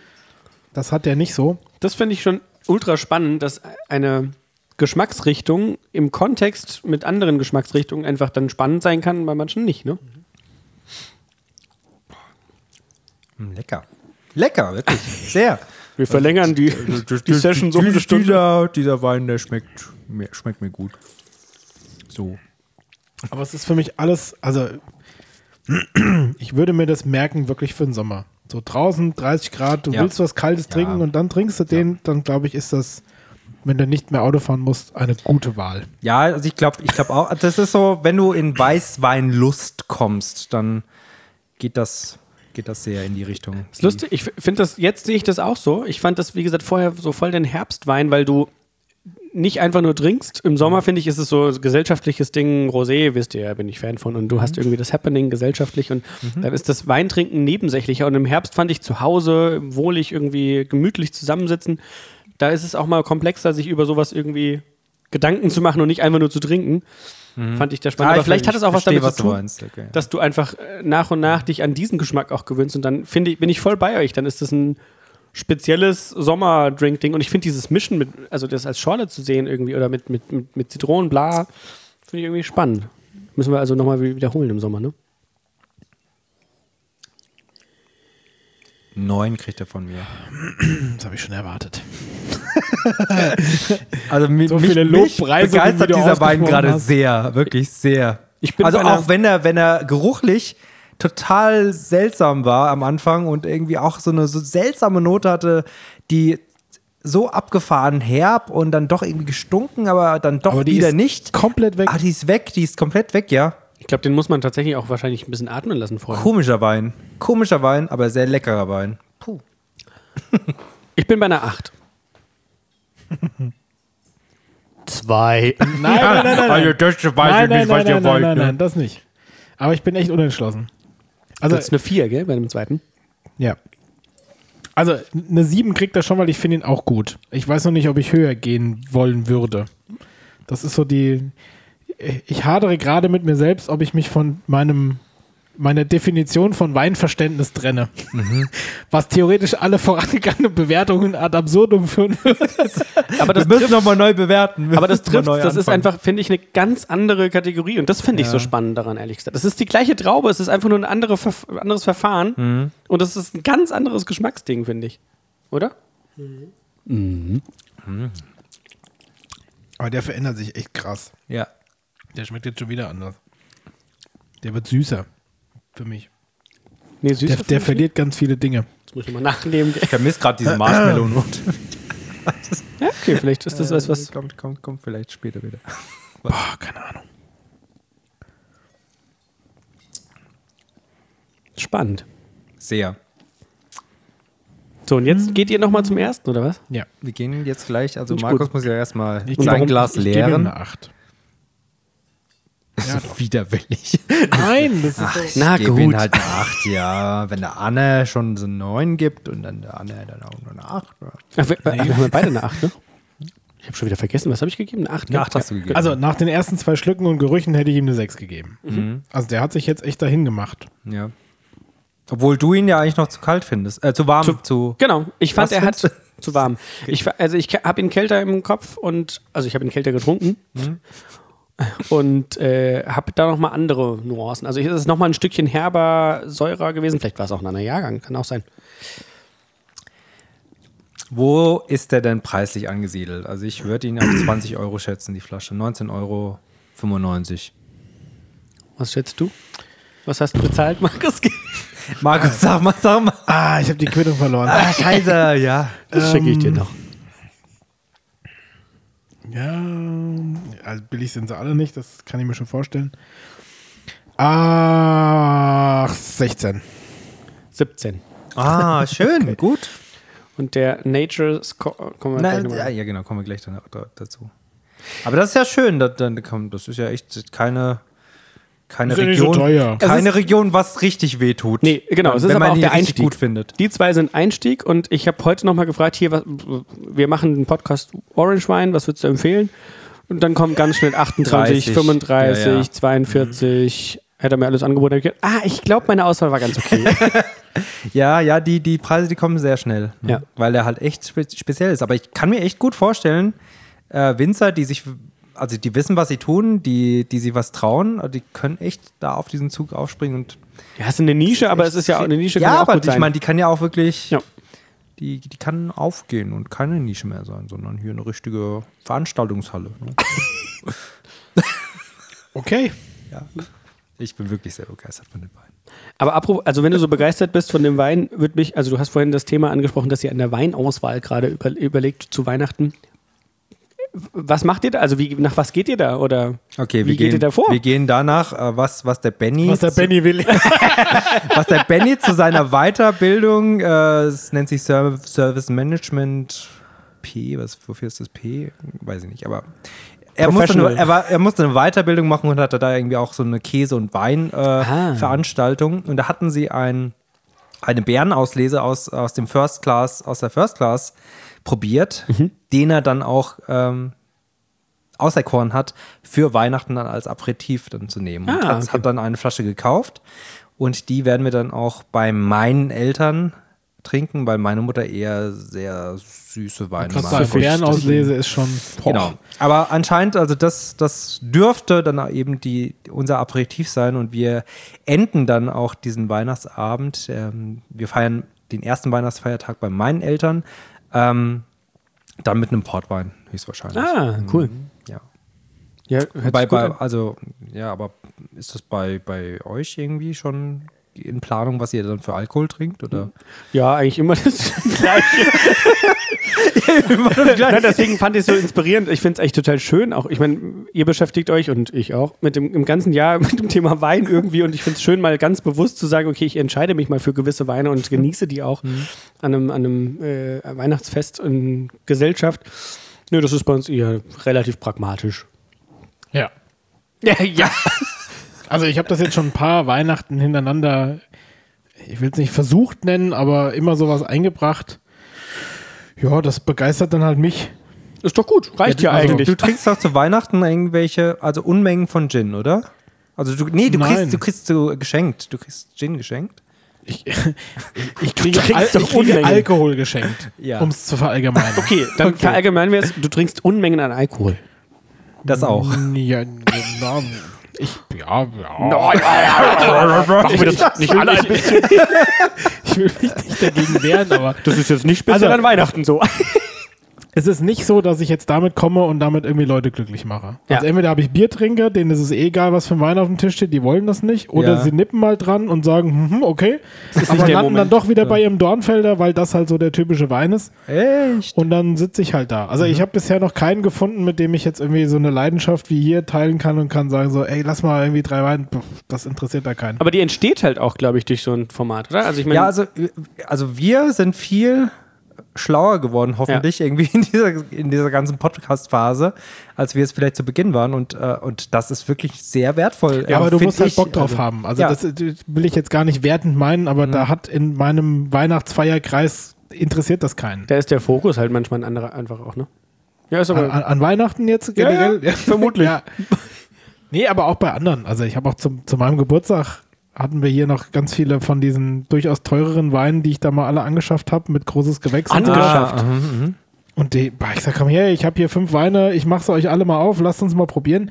Speaker 2: Das hat er nicht so.
Speaker 3: Das finde ich schon ultra spannend, dass eine Geschmacksrichtung im Kontext mit anderen Geschmacksrichtungen einfach dann spannend sein kann, bei manchen nicht, ne?
Speaker 1: Hm, Lecker. Lecker, wirklich. Sehr.
Speaker 3: Wir verlängern Also die, die Session so eine Stunde.
Speaker 1: Dieser, dieser Wein, der schmeckt mir, schmeckt mir gut. So.
Speaker 2: Aber es ist für mich alles, also ich würde mir das merken, wirklich für den Sommer. So draußen, 30 Grad, du
Speaker 1: Ja.
Speaker 2: willst was Kaltes trinken und dann trinkst du den, dann glaube ich, ist das wenn du nicht mehr Auto fahren musst, eine gute Wahl.
Speaker 1: Ja, also ich glaube, ich glaube auch, das ist so, wenn du in Weißweinlust kommst, dann geht das, geht das sehr in die Richtung.
Speaker 3: Ist lustig, ich finde das, jetzt sehe ich das auch so. Ich fand das, wie gesagt, vorher so voll den Herbstwein, weil du nicht einfach nur trinkst. Im Sommer, finde ich, ist es so ein gesellschaftliches Ding. Rosé, wisst ihr, ja, bin ich Fan von. Und du hast irgendwie das Happening gesellschaftlich und dann ist das Weintrinken nebensächlicher. Und im Herbst fand ich zu Hause wohlig irgendwie gemütlich zusammensitzen. Da ist es auch mal komplexer, sich über sowas irgendwie Gedanken zu machen und nicht einfach nur zu trinken. Fand ich da
Speaker 1: Ah,
Speaker 3: spannend. Aber
Speaker 1: ich-
Speaker 3: Mhm. vielleicht hat es auch
Speaker 1: ich
Speaker 3: was
Speaker 1: verstehe,
Speaker 3: damit
Speaker 1: was
Speaker 3: zu
Speaker 1: du
Speaker 3: tun,
Speaker 1: meinst. Okay, ja.
Speaker 3: dass du einfach äh, nach und nach dich an diesen Geschmack auch gewöhnst. Und dann finde ich, bin ich voll bei euch. Dann ist das ein spezielles Sommerdrink-Ding. Und ich finde dieses Mischen mit, also das als Schorle zu sehen irgendwie oder mit, mit, mit, mit Zitronen, bla, finde ich irgendwie spannend. Müssen wir also nochmal wiederholen im Sommer, ne?
Speaker 1: Neun kriegt er von mir.
Speaker 2: Das habe ich schon erwartet.
Speaker 1: Also mi-
Speaker 2: So
Speaker 1: mich,
Speaker 2: viele
Speaker 1: mich
Speaker 2: Lobpreise, wie
Speaker 1: begeistert
Speaker 2: du
Speaker 1: dieser Wein
Speaker 2: ausgesprochen
Speaker 1: gerade
Speaker 2: hast.
Speaker 1: sehr, wirklich sehr.
Speaker 3: Ich bin
Speaker 1: also
Speaker 3: bei einer-
Speaker 1: auch wenn er, wenn er geruchlich total seltsam war am Anfang und irgendwie auch so eine so seltsame Note hatte, die so abgefahren herb und dann doch irgendwie gestunken, aber dann doch
Speaker 2: Aber die
Speaker 1: wieder
Speaker 2: ist
Speaker 1: nicht.
Speaker 2: komplett weg.
Speaker 1: Ah, die ist weg, die ist komplett weg, ja.
Speaker 3: Ich glaube, den muss man tatsächlich auch wahrscheinlich ein bisschen atmen lassen vorher.
Speaker 1: Komischer Wein. Komischer Wein, aber sehr leckerer Wein. Puh.
Speaker 3: Ich bin bei einer 8.
Speaker 4: Zwei.
Speaker 2: Nein, nein, nein, nein.
Speaker 1: Also
Speaker 2: nein.
Speaker 1: das weiß ich
Speaker 2: Nein, nein,
Speaker 1: nicht, was
Speaker 2: nein,
Speaker 1: ihr
Speaker 2: nein, nein,
Speaker 1: wollt.
Speaker 2: nein,
Speaker 1: ne?
Speaker 2: nein, das nicht. Aber ich bin echt unentschlossen. Also,
Speaker 3: Das ist eine 4, gell, bei dem zweiten.
Speaker 2: ja. Also, eine 7 kriegt er schon, weil ich finde ihn auch gut. Ich weiß noch nicht, ob ich höher gehen wollen würde. Das ist so die. Ich hadere gerade mit mir selbst, ob ich mich von meinem meiner Definition von Weinverständnis trenne. Mhm. Was theoretisch alle vorangegangenen Bewertungen ad absurdum führen würde.
Speaker 3: Aber das
Speaker 1: Wir müssen nochmal neu bewerten. Wir
Speaker 3: Aber das
Speaker 1: müssen noch
Speaker 3: trifft,
Speaker 1: mal neu
Speaker 3: das ist
Speaker 1: anfangen.
Speaker 3: einfach, finde ich, eine ganz andere Kategorie. Und das finde ich so spannend daran, ehrlich gesagt. Das ist die gleiche Traube, es ist einfach nur ein andere, Verf- anderes Verfahren.
Speaker 1: Mhm.
Speaker 3: Und das ist ein ganz anderes Geschmacksding, finde ich. Oder?
Speaker 2: Aber der verändert sich echt krass.
Speaker 1: Ja.
Speaker 2: Der schmeckt jetzt schon wieder anders. Der wird süßer. Für mich.
Speaker 3: Nee, süß.
Speaker 2: Der, der verliert ganz viele Dinge.
Speaker 3: Das muss ich mal nachnehmen.
Speaker 1: Ich vermisse gerade diese Marshmallow-Note.
Speaker 3: Ja, okay, vielleicht ist
Speaker 1: Äh,
Speaker 3: das was, was.
Speaker 1: Kommt, kommt, kommt vielleicht später wieder.
Speaker 2: Boah, keine Ahnung.
Speaker 3: Spannend.
Speaker 1: Sehr.
Speaker 3: So, und
Speaker 1: Mhm.
Speaker 3: jetzt geht ihr nochmal zum ersten, oder was?
Speaker 2: Ja.
Speaker 1: Wir gehen jetzt gleich, also
Speaker 3: Nicht
Speaker 1: Markus
Speaker 3: gut.
Speaker 1: muss ja erstmal
Speaker 2: Ich
Speaker 1: sein
Speaker 2: gebe-
Speaker 1: Glas
Speaker 2: ich gebe ihm
Speaker 1: leeren.
Speaker 2: eine Acht.
Speaker 1: Das ist widerwillig.
Speaker 2: Nein, das ist so.
Speaker 3: Na
Speaker 1: ich gebe ihm halt eine 8, ja. Wenn der Anne schon so eine 9 gibt und dann der Anne dann auch nur eine 8.
Speaker 3: Ach, wir, ach, wir haben ja beide eine 8, ne? Ich habe schon wieder vergessen, was habe ich gegeben? Eine ne? 8?
Speaker 1: du gegeben. Also,
Speaker 2: Also nach den ersten zwei Schlücken und Gerüchen hätte ich ihm eine 6 gegeben. Also der hat sich jetzt echt dahin gemacht.
Speaker 1: ja. Obwohl du ihn ja eigentlich noch zu kalt findest. Äh, zu warm. Zu,
Speaker 3: Genau, ich
Speaker 1: Was
Speaker 3: fand, er hat
Speaker 1: findest
Speaker 3: zu warm. Ich, fa- also ich habe ihn kälter im Kopf und also ich habe ihn kälter getrunken
Speaker 1: Mhm.
Speaker 3: und äh, habe da noch mal andere Nuancen. Also hier ist es noch mal ein Stückchen herber, säurer gewesen. Vielleicht war es auch ein anderer Jahrgang, kann auch sein.
Speaker 1: Wo ist der denn preislich angesiedelt? Also ich würde ihn auf 20 Euro schätzen, die Flasche. 19,95 Euro.
Speaker 3: Was schätzt du? Was hast du bezahlt, Markus?
Speaker 1: Markus, sag mal, sag mal.
Speaker 2: Ah, ich habe die Quittung verloren.
Speaker 1: Ah, scheiße, ja.
Speaker 4: Das schicke ich dir noch.
Speaker 2: Ja, also billig sind sie alle nicht, das kann ich mir schon vorstellen. Ach, 16.
Speaker 3: 17.
Speaker 1: Ah, schön, gut.
Speaker 3: Und der Nature Score. Kommen wir
Speaker 1: Na,
Speaker 3: gleich noch mal.
Speaker 1: ja, ja, genau, kommen wir gleich dann da- dazu. Aber das ist ja schön, da- dann kann- das ist ja echt keine, keine
Speaker 2: Ist ja nicht so
Speaker 1: Region,
Speaker 2: teuer.
Speaker 1: keine Region, was richtig wehtut.
Speaker 3: Nee, genau, es ist
Speaker 1: Wenn
Speaker 3: aber
Speaker 1: man
Speaker 3: auch
Speaker 1: die
Speaker 3: der
Speaker 1: richtig
Speaker 3: Einstieg.
Speaker 1: gut findet.
Speaker 3: Die zwei sind Einstieg und ich habe heute nochmal gefragt, hier, was, wir machen den Podcast Orange Wine, was würdest du empfehlen? Und dann kommt ganz schnell 28,
Speaker 1: 30,
Speaker 3: 35,
Speaker 1: ja, ja.
Speaker 3: 42, hätte er mir alles angeboten. Hab ich gedacht, Ah, ich glaube, meine Auswahl war ganz okay.
Speaker 1: Ja, ja, die, die Preise, die kommen sehr schnell. ne?
Speaker 3: Ja.
Speaker 1: Weil der halt echt spe speziell ist. Aber ich kann mir echt gut vorstellen, äh, Winzer, die sich, also die wissen, was sie tun, die, die sich was trauen, die können echt da auf diesen Zug aufspringen und
Speaker 3: ja, ist eine Nische, aber es ist ja auch eine Nische. kann
Speaker 1: Ja,
Speaker 3: auch
Speaker 1: aber
Speaker 3: gut
Speaker 1: ich
Speaker 3: sein.
Speaker 1: meine, die kann ja auch wirklich.
Speaker 3: Ja.
Speaker 1: Die, die kann aufgehen und keine Nische mehr sein, sondern hier eine richtige Veranstaltungshalle. Ne?
Speaker 2: Okay.
Speaker 1: ja. Ich bin wirklich sehr begeistert von den beiden.
Speaker 3: Aber apropos, also wenn du so begeistert bist von dem Wein, wird mich, also du hast vorhin das Thema angesprochen, dass ihr an der Weinauswahl gerade über, überlegt zu Weihnachten. was macht ihr da? Also wie, nach was geht ihr da? Oder
Speaker 1: Okay, wir
Speaker 3: wie geht
Speaker 1: gehen,
Speaker 3: ihr da vor?
Speaker 1: Wir gehen danach, äh, was, was der Benny,
Speaker 2: Was der Benny will.
Speaker 1: zu, was der Benny zu seiner Weiterbildung, äh, es nennt sich Ser Service Management P, was, wofür ist das P? Weiß ich nicht, aber er musste, eine,
Speaker 3: Professional.
Speaker 1: er, war, er musste eine Weiterbildung machen und hatte da irgendwie auch so eine Käse- und Wein-Veranstaltung. Äh, Veranstaltung. und da hatten sie ein, eine Bärenauslese aus, aus dem First Class, aus der First Class probiert,
Speaker 3: Mhm.
Speaker 1: den er dann auch ähm, auserkoren hat, für Weihnachten dann als Aperitif dann zu nehmen. und
Speaker 3: Ah,
Speaker 1: hat,
Speaker 3: okay.
Speaker 1: hat dann eine Flasche gekauft. Und die werden wir dann auch bei meinen Eltern trinken, weil meine Mutter eher sehr süße Weine
Speaker 2: Kannst
Speaker 1: mag.
Speaker 2: sagen, Bärenauslese ist schon. Boah.
Speaker 1: Genau. Aber anscheinend, also das, das dürfte dann eben die, unser Aperitif sein und wir enden dann auch diesen Weihnachtsabend. Ähm, wir feiern den ersten Weihnachtsfeiertag bei meinen Eltern. Ähm, dann mit einem Portwein, höchstwahrscheinlich.
Speaker 3: Ah, cool.
Speaker 1: Ja.
Speaker 3: Ja, hört sich
Speaker 1: Bei,
Speaker 3: gut
Speaker 1: bei,
Speaker 3: an.
Speaker 1: also, ja, aber ist das bei, bei euch irgendwie schon in Planung, was ihr dann für Alkohol trinkt? Oder?
Speaker 3: ja, eigentlich immer das Gleiche. Nein, deswegen fand ich es so inspirierend. Ich finde es echt total schön. Auch, ich meine, ihr beschäftigt euch und ich auch mit dem im ganzen Jahr mit dem Thema Wein irgendwie. Und ich finde es schön, mal ganz bewusst zu sagen, okay, ich entscheide mich mal für gewisse Weine und genieße die auch an einem, an einem äh, Weihnachtsfest in Gesellschaft. Nö, das ist bei uns eher relativ pragmatisch.
Speaker 2: Ja.
Speaker 3: Ja, ja.
Speaker 2: Also ich habe das jetzt schon ein paar Weihnachten hintereinander, ich will es nicht versucht nennen, aber immer sowas eingebracht. Ja, das begeistert dann halt mich.
Speaker 3: Ist doch gut. Reicht ja,
Speaker 2: also,
Speaker 3: eigentlich.
Speaker 1: Du trinkst doch zu Weihnachten irgendwelche, also Unmengen von Gin, oder? Also du, nee, du
Speaker 2: Nein.
Speaker 1: kriegst, du kriegst so geschenkt. Du kriegst Gin geschenkt.
Speaker 2: Ich, ich kriege,
Speaker 3: trinkst
Speaker 2: Al
Speaker 3: doch
Speaker 2: ich kriege
Speaker 3: Unmengen.
Speaker 2: Alkohol geschenkt,
Speaker 1: Ja.
Speaker 2: um es zu verallgemeinern.
Speaker 3: Okay, dann verallgemeinern wir es, du trinkst Unmengen an Alkohol.
Speaker 2: Mhm.
Speaker 1: Das auch.
Speaker 2: Mm, Ja, na, ich, ja, ja.
Speaker 4: Machen wir das nicht alle ein bisschen.
Speaker 2: Ich will mich nicht dagegen wehren, aber
Speaker 4: Das ist jetzt nicht
Speaker 3: Also
Speaker 4: speziell.
Speaker 3: an Weihnachten so.
Speaker 2: es ist nicht so, dass ich jetzt damit komme und damit irgendwie Leute glücklich mache.
Speaker 3: Ja.
Speaker 2: Also entweder habe ich Biertrinker, denen ist es eh egal, was für ein Wein auf dem Tisch steht, die wollen das nicht. Oder
Speaker 1: Ja.
Speaker 2: sie nippen mal dran und sagen, hm, okay.
Speaker 3: nicht
Speaker 2: Aber
Speaker 3: der
Speaker 2: landen dann
Speaker 3: Moment.
Speaker 2: doch wieder bei ihrem Dornfelder, weil das halt so der typische Wein ist.
Speaker 1: Echt?
Speaker 2: Und dann sitze ich halt da. Also
Speaker 3: Mhm.
Speaker 2: ich habe bisher noch keinen gefunden, mit dem ich jetzt irgendwie so eine Leidenschaft wie hier teilen kann und kann sagen so, ey, lass mal irgendwie drei Weine. Pff, Das interessiert da keinen.
Speaker 3: Aber die entsteht halt auch, glaube ich, durch so ein Format, oder? Also ich meine,
Speaker 1: Ja, also, also wir sind viel schlauer geworden, hoffentlich, irgendwie in dieser, in dieser ganzen Podcast-Phase, als wir es vielleicht zu Beginn waren. Und, äh, und das ist wirklich sehr wertvoll.
Speaker 2: Ja, aber
Speaker 1: äh,
Speaker 2: du
Speaker 1: find
Speaker 2: musst halt
Speaker 1: ich.
Speaker 2: Bock drauf
Speaker 1: Also,
Speaker 2: haben. Also
Speaker 1: ja.
Speaker 2: das äh, will ich jetzt gar nicht wertend meinen, aber da
Speaker 3: Mhm.
Speaker 2: hat in meinem Weihnachtsfeierkreis interessiert das keinen.
Speaker 3: da ist der Fokus halt manchmal ein anderer einfach auch, ne? Ja, ist
Speaker 2: An,
Speaker 3: aber.
Speaker 2: an an Weihnachten jetzt
Speaker 3: Ja,
Speaker 2: generell?
Speaker 3: ja, vermutlich.
Speaker 2: ja. Nee, aber auch bei anderen. Also ich habe auch zum, zu meinem Geburtstag hatten wir hier noch ganz viele von diesen durchaus teureren Weinen, die ich da mal alle angeschafft habe mit großes Gewächs. und so.
Speaker 3: Angeschafft.
Speaker 1: Ah, mhm, mhm.
Speaker 2: Und die, boah, ich sag, komm her, ich habe hier fünf Weine, ich mache sie euch alle mal auf, lasst uns mal probieren.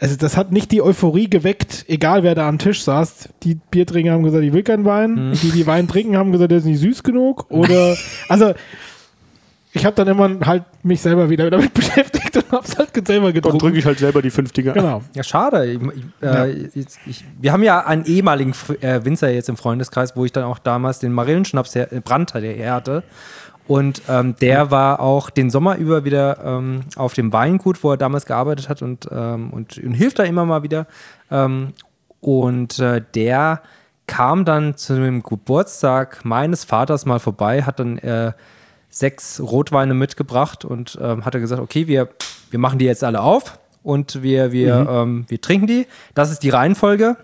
Speaker 2: Also das hat nicht die Euphorie geweckt, egal wer da am Tisch saß. Die Biertrinker haben gesagt, ich will keinen Wein.
Speaker 1: Hm.
Speaker 2: Die, die Wein trinken, haben gesagt, der ist nicht süß genug. Oder, also ich habe dann immer halt mich selber wieder damit beschäftigt und hab's halt selber
Speaker 3: Dann
Speaker 2: getrunken.
Speaker 3: drücke ich halt selber die 50er.
Speaker 2: Genau.
Speaker 1: Ja, schade. Ich, ich, äh, jetzt- ich, wir haben ja einen ehemaligen Fr- äh, Winzer jetzt im Freundeskreis, wo ich dann auch damals den Marillenschnaps her, äh, Brand hatte, er hatte. Und ähm, der war auch den Sommer über wieder ähm, auf dem Weingut, wo er damals gearbeitet hat und, ähm, und, und hilft da immer mal wieder. Ähm, und äh, der kam dann zu dem Geburtstag meines Vaters mal vorbei, hat dann äh, sechs Rotweine mitgebracht und ähm, hat er gesagt, okay, wir, wir machen die jetzt alle auf und wir, wir, ähm, wir trinken die. Das ist die Reihenfolge.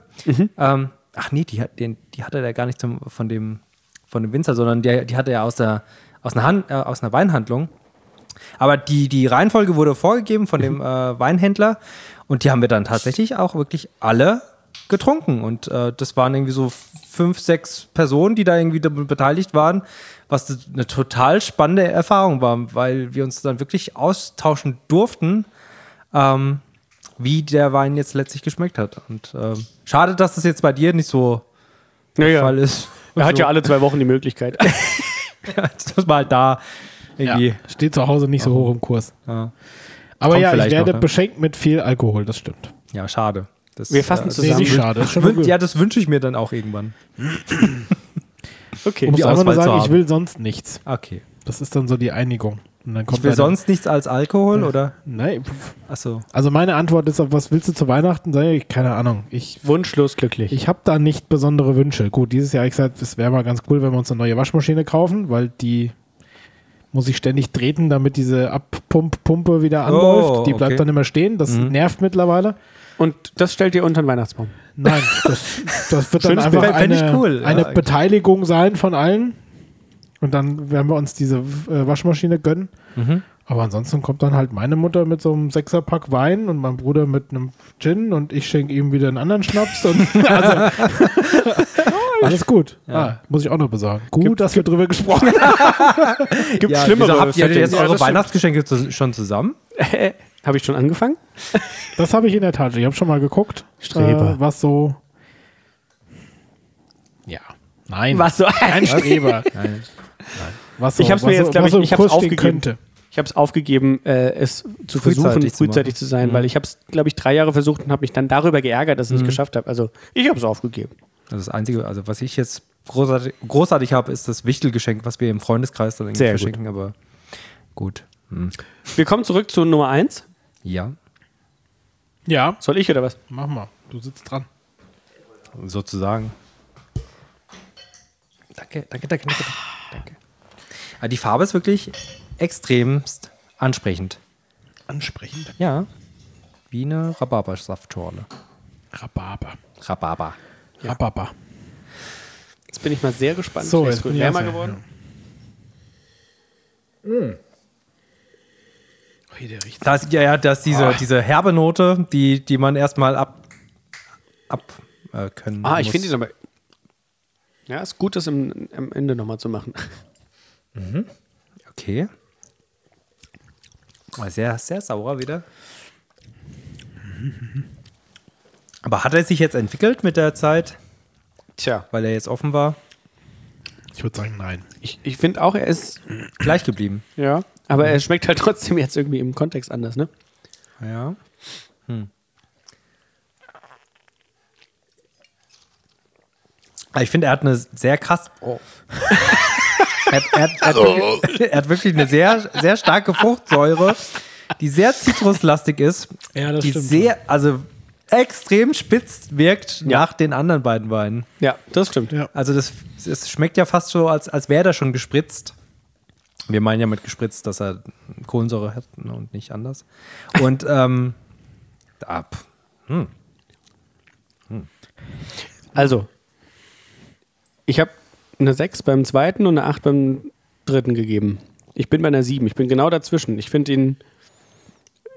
Speaker 1: Ähm, ach nee, die, hat, den, die hatte er gar nicht zum, von, dem, von dem Winzer, sondern der, die hatte er aus, der, aus, einer Hand, äh, aus einer Weinhandlung. Aber die, die Reihenfolge wurde vorgegeben von dem äh, Weinhändler und die haben wir dann tatsächlich auch wirklich alle getrunken. Und äh, das waren irgendwie so fünf, sechs Personen, die da irgendwie damit beteiligt waren, was eine total spannende Erfahrung war, weil wir uns dann wirklich austauschen durften, ähm, wie der Wein jetzt letztlich geschmeckt hat. Und ähm, schade, dass das jetzt bei dir nicht so der Fall
Speaker 3: Naja.
Speaker 1: ist.
Speaker 3: Er hat
Speaker 1: so,
Speaker 3: ja alle zwei Wochen die Möglichkeit.
Speaker 1: das muss man halt da irgendwie.
Speaker 2: Ja, steht zu Hause nicht so hoch im Kurs.
Speaker 1: Ja.
Speaker 2: Aber
Speaker 1: Kommt
Speaker 2: ja, ich
Speaker 1: vielleicht
Speaker 2: werde
Speaker 1: noch, ne? ja.
Speaker 2: beschenkt mit viel Alkohol, das stimmt.
Speaker 1: Ja, schade. Das,
Speaker 3: Wir fassen
Speaker 1: äh,
Speaker 2: Nee,
Speaker 3: Zusammen-
Speaker 2: nicht schade. ist schon mal
Speaker 1: Wün-
Speaker 2: gut.
Speaker 1: Ja, das wünsche ich mir dann auch irgendwann.
Speaker 3: Okay.
Speaker 2: ich muss
Speaker 1: die
Speaker 2: einfach nur
Speaker 1: Auswahl zu
Speaker 2: Um sagen, ich
Speaker 1: haben.
Speaker 2: will sonst nichts.
Speaker 1: Okay.
Speaker 2: Das ist dann so die Einigung. Und dann kommt
Speaker 1: Ich will
Speaker 2: leider-
Speaker 1: sonst nichts als Alkohol oder?
Speaker 2: Nein, pf.
Speaker 1: Achso.
Speaker 2: also meine Antwort ist auf, was willst du zu Weihnachten? Sag ich, keine Ahnung. Ich,
Speaker 3: Wunschlos glücklich.
Speaker 2: ich habe da nicht besondere Wünsche. Gut, dieses Jahr, hab ich gesagt, es wäre mal ganz cool, wenn wir uns eine neue Waschmaschine kaufen, weil die muss ich ständig treten, damit diese Abpump-Pumpe wieder anläuft. die bleibt
Speaker 1: okay.
Speaker 2: dann immer stehen. Das nervt mittlerweile.
Speaker 3: Und das stellt ihr unter den Weihnachtsbaum.
Speaker 2: Nein, das, das wird dann
Speaker 1: Schönes
Speaker 2: einfach
Speaker 1: Bild. Fänd ich
Speaker 2: eine,
Speaker 1: cool, ja,
Speaker 2: eine
Speaker 1: eigentlich.
Speaker 2: Beteiligung sein von allen. Und dann werden wir uns diese äh, Waschmaschine gönnen.
Speaker 1: Mhm.
Speaker 2: Aber ansonsten kommt dann halt meine Mutter mit so einem Sechserpack Wein und mein Bruder mit einem Gin und ich schenke ihm wieder einen anderen Schnaps. Und also, alles gut. Ah, muss ich auch noch besorgen. Gut, dass wir drüber gesprochen haben.
Speaker 3: Gibt
Speaker 1: Ja, wieso habt ihr denn jetzt eure Weihnachtsgeschenke zu, schon zusammen?
Speaker 3: Habe ich schon angefangen?
Speaker 2: Das habe ich in der Tasche. Ich habe schon mal geguckt,
Speaker 4: Streber.
Speaker 2: Äh, was so. Ja. Nein.
Speaker 3: Was so?
Speaker 2: Ein Streber. Was so,
Speaker 3: Ich hab's mir
Speaker 2: was so-
Speaker 3: jetzt, glaub
Speaker 2: was
Speaker 3: ich,
Speaker 2: so im
Speaker 3: ich hab's
Speaker 2: Kurs stehen
Speaker 3: aufgegeben.
Speaker 2: Könnte.
Speaker 3: Ich habe es aufgegeben, äh, es zu
Speaker 1: Frühzeitig
Speaker 3: versuchen,
Speaker 1: zu Mhm.
Speaker 3: frühzeitig zu, sein, weil ich habe es, glaube ich, drei Jahre versucht und habe mich dann darüber geärgert, dass ich es nicht geschafft habe. Also ich habe es aufgegeben.
Speaker 1: Also das Einzige, also was ich jetzt großartig, großartig habe, ist das Wichtelgeschenk, was wir im Freundeskreis dann irgendwie
Speaker 3: Sehr gut.
Speaker 1: verschenken, aber gut. Hm.
Speaker 3: Wir kommen zurück zu Nummer eins.
Speaker 1: Ja,
Speaker 2: Ja,
Speaker 3: Soll ich oder was?
Speaker 2: mach mal. Du sitzt dran.
Speaker 1: sozusagen. Danke, danke, danke, danke. danke. Aber die Farbe ist wirklich extremst ansprechend.
Speaker 2: Ansprechend.
Speaker 1: Ja. Wie eine Rhabarbersaftschorle.
Speaker 2: Rhabarber.
Speaker 1: Rhabarber.
Speaker 2: Rhabarber.
Speaker 3: Jetzt bin ich mal sehr gespannt.
Speaker 2: So,
Speaker 3: ist
Speaker 2: jetzt
Speaker 3: gut.
Speaker 2: bin ich
Speaker 3: wärmer
Speaker 2: auch sehr-
Speaker 3: geworden.
Speaker 2: Ui, der riecht.
Speaker 1: Das, ja, ja, das ist diese, diese herbe Note, die, die man erstmal ab, ab äh, können
Speaker 3: Ah, ich
Speaker 1: muss.
Speaker 3: finde ihn aber. Ja, ist gut, das im, am Ende nochmal zu machen.
Speaker 1: Okay. Aber Sehr, sehr sauer wieder. Aber hat er sich jetzt entwickelt mit der Zeit,
Speaker 3: Tja,
Speaker 1: weil er jetzt offen war?
Speaker 2: Ich würde sagen, nein.
Speaker 3: ich, ich finde auch, er ist.
Speaker 1: Gleich geblieben.
Speaker 3: Ja. Aber er schmeckt halt trotzdem jetzt irgendwie im Kontext anders, ne?
Speaker 1: Ja. Hm. Ich finde, er hat eine sehr krass. Oh. er, hat- er, hat- er, hat wirklich, er hat wirklich eine sehr, sehr starke Fruchtsäure, die sehr zitruslastig ist.
Speaker 2: Ja, das
Speaker 1: die
Speaker 2: stimmt.
Speaker 1: sehr, also extrem spitz wirkt nach den anderen beiden Weinen.
Speaker 3: Ja, das stimmt.
Speaker 2: Ja.
Speaker 1: Also das, es schmeckt ja fast so, als, als wäre der schon gespritzt. Wir meinen ja mit gespritzt, dass er Kohlensäure hat ne, und nicht anders. Und ähm, ab.
Speaker 3: Also, ich habe eine 6 beim zweiten und eine 8 beim dritten gegeben. Ich bin bei einer 7. Ich bin genau dazwischen. Ich finde ihn.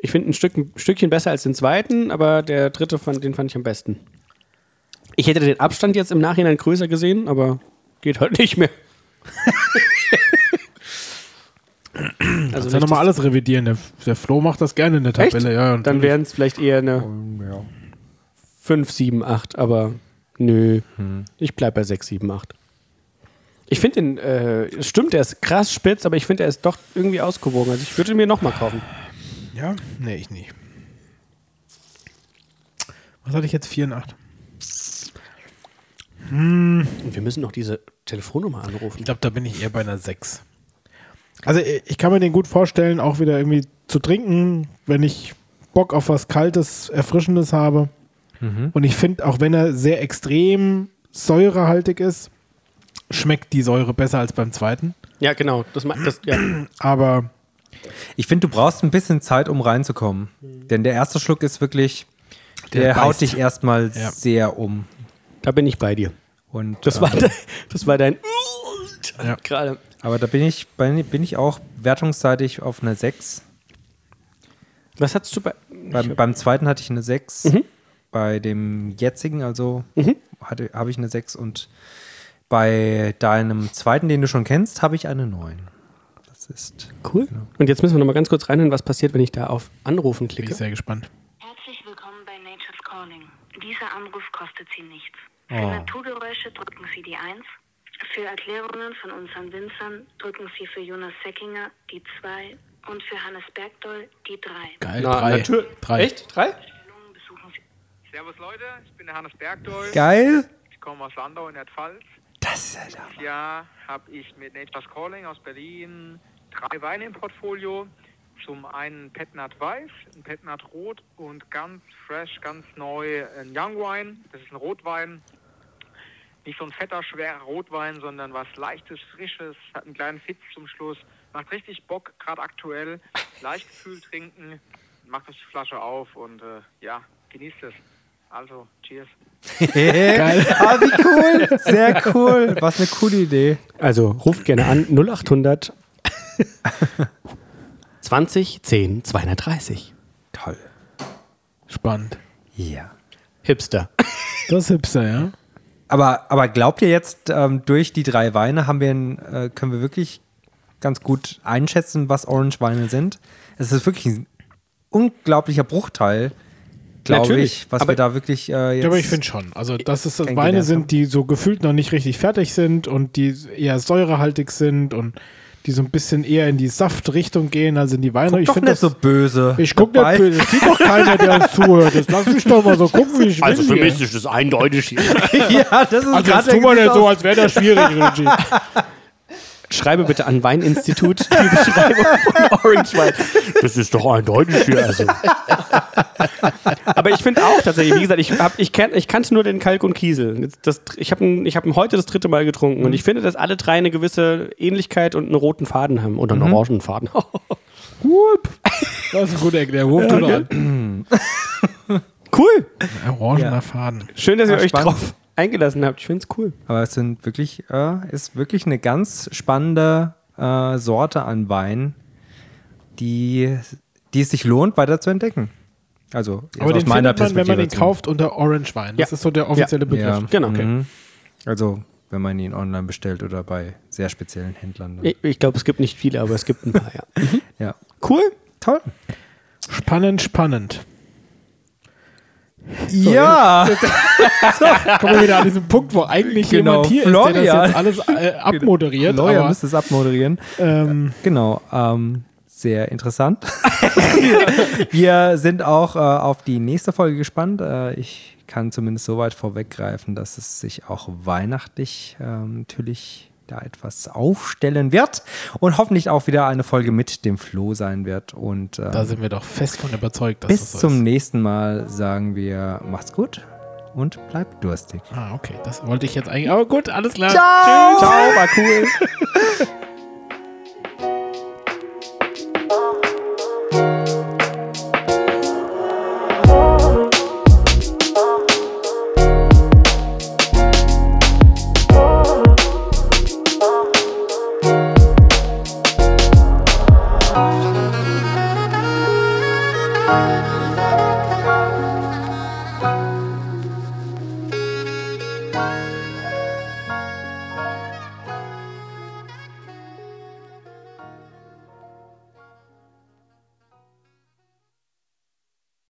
Speaker 3: Ich finde ein, Stück, ein Stückchen besser als den zweiten, aber der dritte, fand, den fand ich am besten. Ich hätte den Abstand jetzt im Nachhinein größer gesehen, aber geht halt nicht mehr. also
Speaker 2: Soll nochmal alles revidieren. Der, der Flo macht das gerne in der
Speaker 3: Echt?
Speaker 2: Tabelle. Ja, Oh, und
Speaker 3: Dann wären es vielleicht eher eine 5, 7, 8, aber nö.
Speaker 2: Hm.
Speaker 3: Ich bleib bei 6, 7, 8. Ich finde den, äh, es stimmt, der ist krass spitz, aber ich finde, er ist doch irgendwie ausgewogen. Also ich würde ihn mir nochmal kaufen.
Speaker 2: Ja? Nee, ich nicht. Was hatte ich jetzt? 4 und 8.
Speaker 3: Und wir müssen noch diese Telefonnummer anrufen.
Speaker 2: Ich glaube, da bin ich eher bei einer 6. Also i- ich kann mir den gut vorstellen, auch wieder irgendwie zu trinken, wenn ich Bock auf was Kaltes, Erfrischendes habe. Und ich finde, auch wenn er sehr extrem säurehaltig ist, schmeckt die Säure besser als beim zweiten.
Speaker 3: Ja, genau. Das, ma- das, ja.
Speaker 2: Aber
Speaker 1: Ich finde, du brauchst ein bisschen Zeit, um reinzukommen. Denn der erste Schluck ist wirklich, der,
Speaker 2: Der
Speaker 1: haut
Speaker 2: beißt.
Speaker 1: dich erstmal
Speaker 2: Ja.
Speaker 1: sehr um.
Speaker 3: Da bin ich bei dir.
Speaker 1: Und,
Speaker 3: Das
Speaker 1: ähm,
Speaker 3: war, de, das war dein.
Speaker 2: Ja.
Speaker 3: Gerade.
Speaker 1: aber da bin ich, bin, bin ich auch wertungsseitig auf eine 6.
Speaker 3: Was hattest du bei.
Speaker 1: Beim, beim zweiten hatte ich eine 6. Bei dem jetzigen, also hatte habe ich eine 6 und bei deinem zweiten, den du schon kennst, habe ich eine 9. Das ist.
Speaker 3: Cool. Und jetzt müssen wir nochmal ganz kurz reinhören, was passiert, wenn ich da auf Anrufen
Speaker 2: bin ich
Speaker 3: klicke.
Speaker 2: sehr gespannt.
Speaker 5: Herzlich willkommen bei Nature's Calling. Dieser Anruf kostet Sie nichts. Für Naturgeräusche drücken Sie die 1. Für Erklärungen von unseren Winzern drücken Sie für Jonas Seckinger die 2 und für Hannes Bergdoll die 3.
Speaker 2: Geil,
Speaker 3: Na,
Speaker 2: drei.
Speaker 3: natür-
Speaker 2: Drei.
Speaker 3: Echt? Drei?
Speaker 5: Bestellungen besuchen Sie
Speaker 6: Servus Leute, ich bin der Hannes Bergdoll.
Speaker 1: Geil!
Speaker 6: Ich komme aus Landau in der Pfalz.
Speaker 1: Das ist ja da.
Speaker 6: Ja, habe ich mit Nature's Calling aus Berlin drei Weine im Portfolio. Zum einen Petnat Weiß, ein Petnat Rot und ganz fresh, ganz neu ein Young Wine. Das ist ein Rotwein. Nicht so ein fetter, schwerer Rotwein, sondern was leichtes, frisches, hat einen kleinen Fitz zum Schluss. Macht richtig Bock, gerade aktuell. Leicht gefühlt trinken, macht euch die Flasche auf und äh, ja, genießt es. Also, cheers.
Speaker 1: Geil. Ah, wie cool. Sehr cool. Was eine coole Idee.
Speaker 3: Also ruft gerne an 0800 20 10 230.
Speaker 1: Toll.
Speaker 2: Spannend.
Speaker 1: Ja.
Speaker 3: Hipster.
Speaker 2: Das ist Hipster, ja?
Speaker 1: Aber, aber glaubt ihr jetzt, ähm, durch die drei Weine haben wir ein, äh, können wir wirklich ganz gut einschätzen, was Orange-Weine sind? Es ist wirklich ein unglaublicher Bruchteil, glaube
Speaker 3: Natürlich.
Speaker 1: ich, was
Speaker 3: Aber-
Speaker 1: wir da wirklich äh, jetzt. äh,
Speaker 2: Ja, aber ich finde schon. Also, dass es
Speaker 1: Kein
Speaker 2: Weine
Speaker 1: Gewehr haben.
Speaker 2: sind, die so gefühlt noch nicht richtig fertig sind und die eher säurehaltig sind und die so ein bisschen eher in die Saftrichtung gehen als in die Weine.
Speaker 1: Guck
Speaker 2: ich
Speaker 1: doch
Speaker 2: finde
Speaker 1: nicht
Speaker 2: das.
Speaker 1: so böse.
Speaker 2: ich guck nicht,
Speaker 1: Wobei-
Speaker 2: böse. das sieht doch keiner, der uns zuhört. Das lass mich doch mal so gucken, wie ich
Speaker 4: Also für
Speaker 2: will.
Speaker 4: mich ist das eindeutig hier.
Speaker 1: Ja, das ist
Speaker 2: Also,
Speaker 1: gerade
Speaker 2: das
Speaker 1: der
Speaker 2: tun wir nicht
Speaker 1: Gesichtsaus-
Speaker 2: so, als wäre das schwierig, Luigi.
Speaker 3: Schreibe bitte an Weininstitut die Beschreibung von Orange Wein.
Speaker 4: Das ist doch eindeutig hier. Also.
Speaker 3: Aber ich finde auch tatsächlich, wie gesagt, ich, hab, ich, kenn, ich kannte nur den Kalk und Kiesel. Jetzt Das, ich habe ich hab ihn heute das dritte Mal getrunken
Speaker 1: Mhm.
Speaker 3: und ich finde, dass alle drei eine gewisse Ähnlichkeit und einen roten Faden haben oder einen
Speaker 1: Mhm.
Speaker 3: orangen Faden.
Speaker 2: Das ist eine gute Erklärung. Ruf du doch an.
Speaker 3: cool.
Speaker 2: Orangener
Speaker 1: Ja.
Speaker 2: Faden.
Speaker 3: Schön, dass ihr
Speaker 1: Ah,
Speaker 3: euch
Speaker 1: spannend.
Speaker 3: drauf eingelassen habt. Ich finde es cool.
Speaker 1: Aber es sind wirklich, äh, ist wirklich eine ganz spannende äh, Sorte an Wein, die, die es sich lohnt, weiter zu entdecken. Also jetzt
Speaker 2: Aber den
Speaker 1: meiner
Speaker 2: findet man, wenn man den
Speaker 1: Perspektive zu.
Speaker 2: kauft, unter Orange Wein. Das
Speaker 3: Ja.
Speaker 2: ist so der offizielle
Speaker 1: Ja.
Speaker 2: Begriff.
Speaker 3: Genau, okay.
Speaker 1: Mhm. Also wenn man ihn online bestellt oder bei sehr speziellen Händlern. dann-
Speaker 3: Ich, ich glaube, es gibt nicht viele, aber es gibt ein paar, ja.
Speaker 1: Ja.
Speaker 3: Cool.
Speaker 1: Toll.
Speaker 2: Spannend, spannend.
Speaker 1: ja.
Speaker 2: Kommen wir wieder an diesen Punkt, wo eigentlich
Speaker 1: Genau,
Speaker 2: jemand hier ist, der
Speaker 1: Florian. Genau.
Speaker 2: das jetzt alles äh, abmoderiert.
Speaker 1: Lawyer
Speaker 2: aber,
Speaker 1: müsste es abmoderieren.
Speaker 2: ähm,
Speaker 1: Genau, ähm, sehr interessant. wir sind auch äh, auf die nächste Folge gespannt. Äh, ich kann zumindest so weit vorweggreifen, dass es sich auch weihnachtlich ähm, natürlich da etwas aufstellen wird und hoffentlich auch wieder eine Folge mit dem Flo sein wird. Und äh,
Speaker 2: da sind wir doch fest von überzeugt, dass
Speaker 1: bis
Speaker 2: das so
Speaker 1: zum
Speaker 2: ist.
Speaker 1: nächsten Mal sagen wir, macht's gut und bleibt durstig.
Speaker 2: Ah, okay, das wollte ich jetzt eigentlich. Aber gut, alles klar.
Speaker 1: Ciao, war cool.